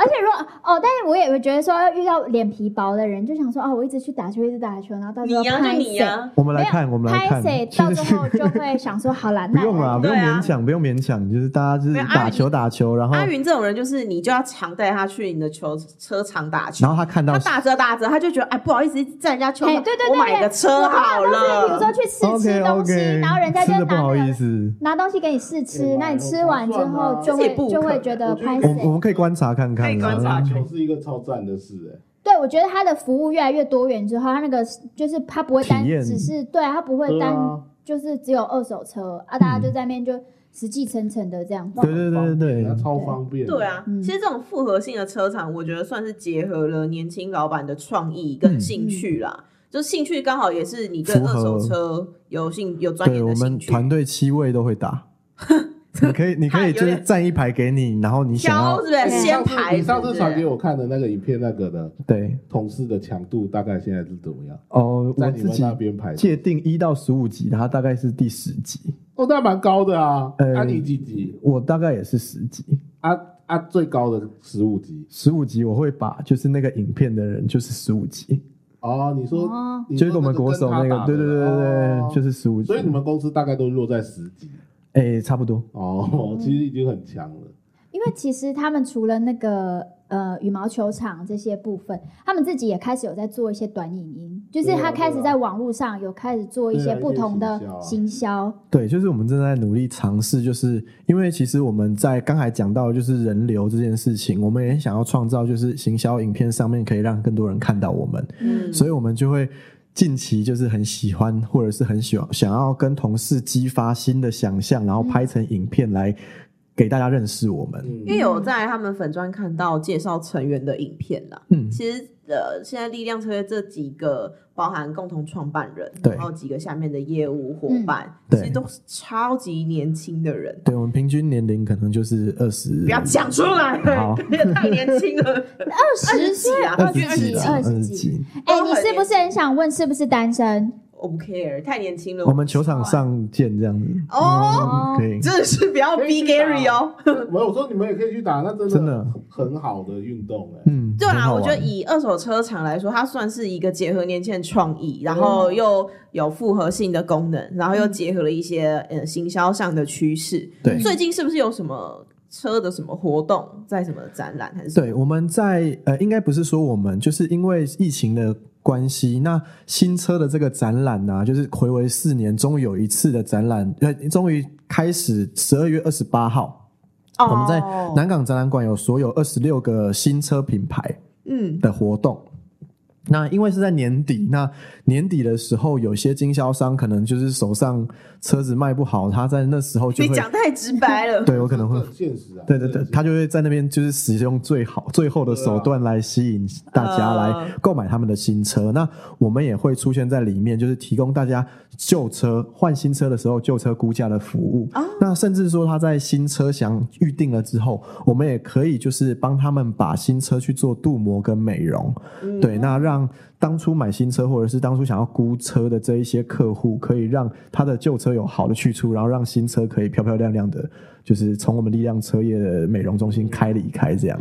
而且如果哦，但是我也会觉得说，要遇到脸皮薄的人，就想说哦，我一直去打球，一直打球，然后到时
你
候
呀就
拍
你
谁
呀，
我们来看，我们来
拍
看，
谁
其
到
实
最后就会想说，好 啦，
不
那
用啦，不
对
用
啊
勉强，不用勉强，就是大家就是
没有阿
打
云
球打球，然后
阿云这种人就是你就要常带他去你的球车场打球
然。后他看到
他打折打折，他就觉得哎，不好意思，在人家球场，
哎对对对
我买个车好了。嗯
比如说去试吃
OK
东西
OK，
然后人家就
吃的不
拿
好
那
意
个
思，
拿东西给你试吃，
哎
那你吃完之后就
这也
会
不
就
可
会
能
觉得
我觉得
拍
我
我我
谁。
们可以观察看看
可以
啊，
观察
打球是一个超赞的事哎、
对，我觉得他的服务越来越多元之后，他那个就是他不会单
体验
只是对啊，他不会
对
单
啊，
就是只有二手车啊，大家
嗯
就在那边就实际层层的这样。
对对对对
那
对，
超方便，
对，啊，
嗯
其实这种复合性的车厂，我觉得算是结合了年轻老板的创意跟兴趣啦。就兴趣刚好也是你对
嗯符
二
合
手车有兴有钻
对
研
我
的
们
兴趣，
团队七位都会打，你可以你 可以就是站一排给你，然后你想
挑
要
是不是
对
先排？
你上
是不
次
是
传给我看的那个影片，那个的
对
同事的强度大概现在是怎么样？
哦，
在
我
你
自
们
己
那边排的
界定一到十五级，它大概是第十级，
哦，那蛮高的啊。
呃
啊，你几级？
我大概也是十级，
啊啊，最高的十五级。
十五级我会把就是那个影片的人就是十五级，
哦，你说
哦，
你说
就是我们国手那
跟
个
他，打
对
的
对对对
哦
对，就是十五。
所以你们公司大概都落在十级
哎，差不多。
哦，其实已经很强了。
因为其实他们除了那个呃羽毛球场这些部分，他们自己也开始有在做一些短影音，就是
对啊
他开始
对啊
在网络上有开始做一
对
些
啊
不
一些
同的
行销啊
行销，
对，就是我们正在努力尝试，就是因为其实我们在刚才讲到就是人流这件事情，我们也想要创造就是行销影片上面可以让更多人看到我们，
嗯
所以我们就会近期就是很喜欢或者是很喜欢想要跟同事激发新的想象，然后拍成影片来给大家认识我们。
因为
嗯，
有在他们粉专看到介绍成员的影片啦。
嗯，
其实呃，现在力量车这几个包含共同创办人，
对
然后几个下面的业务伙伴，
嗯
其
对
实都是超级年轻的人。
对，我们平均年龄可能就是二十，
不要讲出来，
好
也太年轻了。
二十
十
岁
几啊
二
二
十
十
几
几
啦，
二
二
十
十
几。
几。
哎、
都
你
很
是不
年
是很想问是不是单身？
我不 care，太年轻了。
我们球场上见这样子。
哦，
嗯可以。
真的是不要逼 Gary 哦。
没有，我说你们也可以去打，那真的
真的
很好的运动哎。
嗯，
对
很
啊，
好
我觉
玩
得以二手车厂来说，它算是一个结合年轻人创意，然后又有复合性的功能，然后又结合了一些呃行销上的趋势。
对
最近是不是有什么车的什么活动，在什么展览还是什么？
对，我们在呃，应该不是说我们，就是因为疫情的关系，那新车的这个展览呢、就是回违四年，终于有一次的展览，呃，终于开始十二月二十八号，
哦
我们在南港展览馆有所有二十六个新车品牌，
嗯
的活动。那因为是在年底，那年底的时候，有些经销商可能就是手上车子卖不好，他在那时候就
你
会，
讲太直白 了。
对我可能会
这很现实啊。
对对对
这很现，实
他就会在那边就是使用最好最后的手段来吸引大家
呃
来购买他们的新车。那我们也会出现在里面，就是提供大家旧车换新车的时候旧车估价的服务。那甚至说他在新车想预定了之后，我们也可以就是帮他们把新车去做镀膜跟美容。对，那让当初买新车或者是当初想要估车的这一些客户，可以让他的旧车有好的去处，然后让新车可以漂漂亮亮的，就是从我们力量车业的美容中心开离开这样。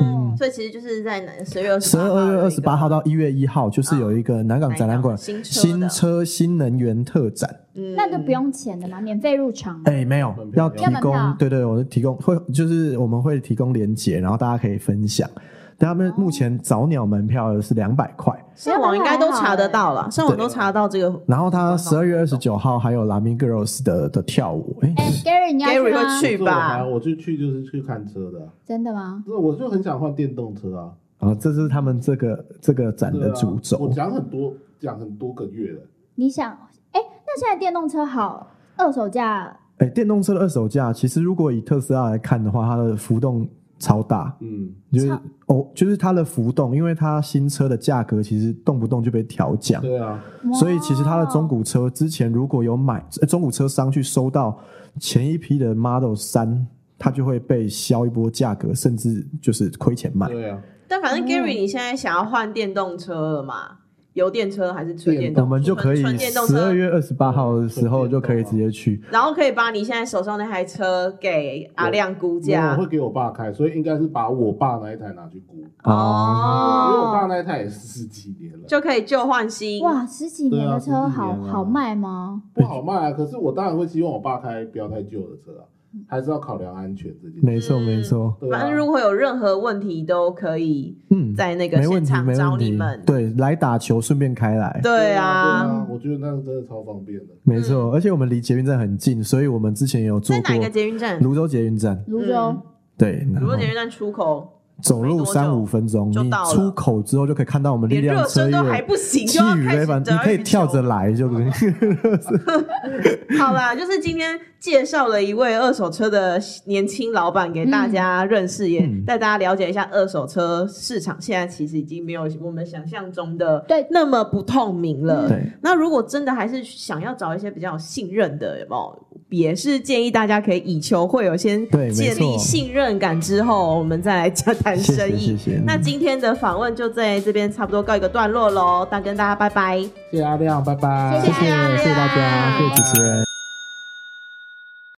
嗯，所以其实就是在南十月
十二月二十八号到一月一号，就是有一个南港展览馆
南港新车的嗯
新车新能源特展。
那就不用钱的嘛，免费入场。
哎、没有
门，票
要
没
提
有
供
要门票，
对对，我是提供会就是我们会提供连结，然后大家可以分享。但他们目前早鸟门票是两百块，
上网应该都查得到了，上网都查得到这个。
然后他十二月二十九号还有 Lamin Girls 的的跳舞，哎、
哎、g a r y 你要
Gary
去
会去
吗？
所以我还
吧？
我就去就是去看车的啊，
真的吗？
那我就很想换电动车啊。
然后这是他们这个这个展
对
的
啊
主
我
轴。
讲很多讲很多个月了。
你想，哎、那现在电动车好，二手价
哎、电动车的二手价，其实如果以特斯拉来看的话，它的浮动超大，
嗯，
就是
超
哦，就是它的浮动，因为它新车的价格其实动不动就被调降，
对啊，
所以其实它的中古车之前如果有买、呃中古车商去收到前一批的 Model 三，它就会被削一波价格，甚至就是亏钱卖。
对啊，
但反正
哦
Gary，你现在想要换电动车了嘛？油电车还是纯电
电
动
我
车？
们就可以
纯电动
十
车
二。月二十八号的时候就可以直接去。
然后可以把你现在手上那台车给阿亮估价
我会给我爸开，所以应该是把我爸那一台拿去估，因为
啊
我爸
哦，
那一台也是十几年了，
就可以旧换新。
哇，十几年的
对
车好、
啊十几年了
好卖吗？
不好卖啊。可是我当然会希望我爸开不要太旧的车啊，还是要考量安全这件事。
没错，没错，
对啊
反正如果有任何问题都可以
嗯，
在那个
没问
现
题，
场
没
找
问
你
题
们。。
对，来打球顺便开来，
对
对
啊，
啊，我觉得那个真的超方便的。
没错。而且我们离捷运站很近，所以我们之前也有做
在哪一个
过
捷运站？
泸州捷运站，
泸州、
嗯
对，然
如
后
果捷运站出口，
走
没
路
多久
三五分钟，
就
你
到了
出口之后就可以看到我们力
连
量
热
车
身
业
都还不行，
气
就要
宇
开
非
始
凡，你可以跳着。来就可以。
好啦，就是今天介绍了一位二手车的年轻老板给大家认识，也
嗯
带大家了解一下二手车市场。现在其实已经没有我们想象中的
对
那么不透明了。
对，
那如果真的还是想要找一些比较有信任的，有没有？也是建议大家可以以求会友，先
对没错
建立信任感之后，我们再来加谈
谢
生
谢
意。
谢谢。
那今天的访问就在这边差不多告一个段落喽，大跟大家拜拜。
谢谢阿亮，拜拜。
谢
谢谢谢谢大家，谢谢主持人。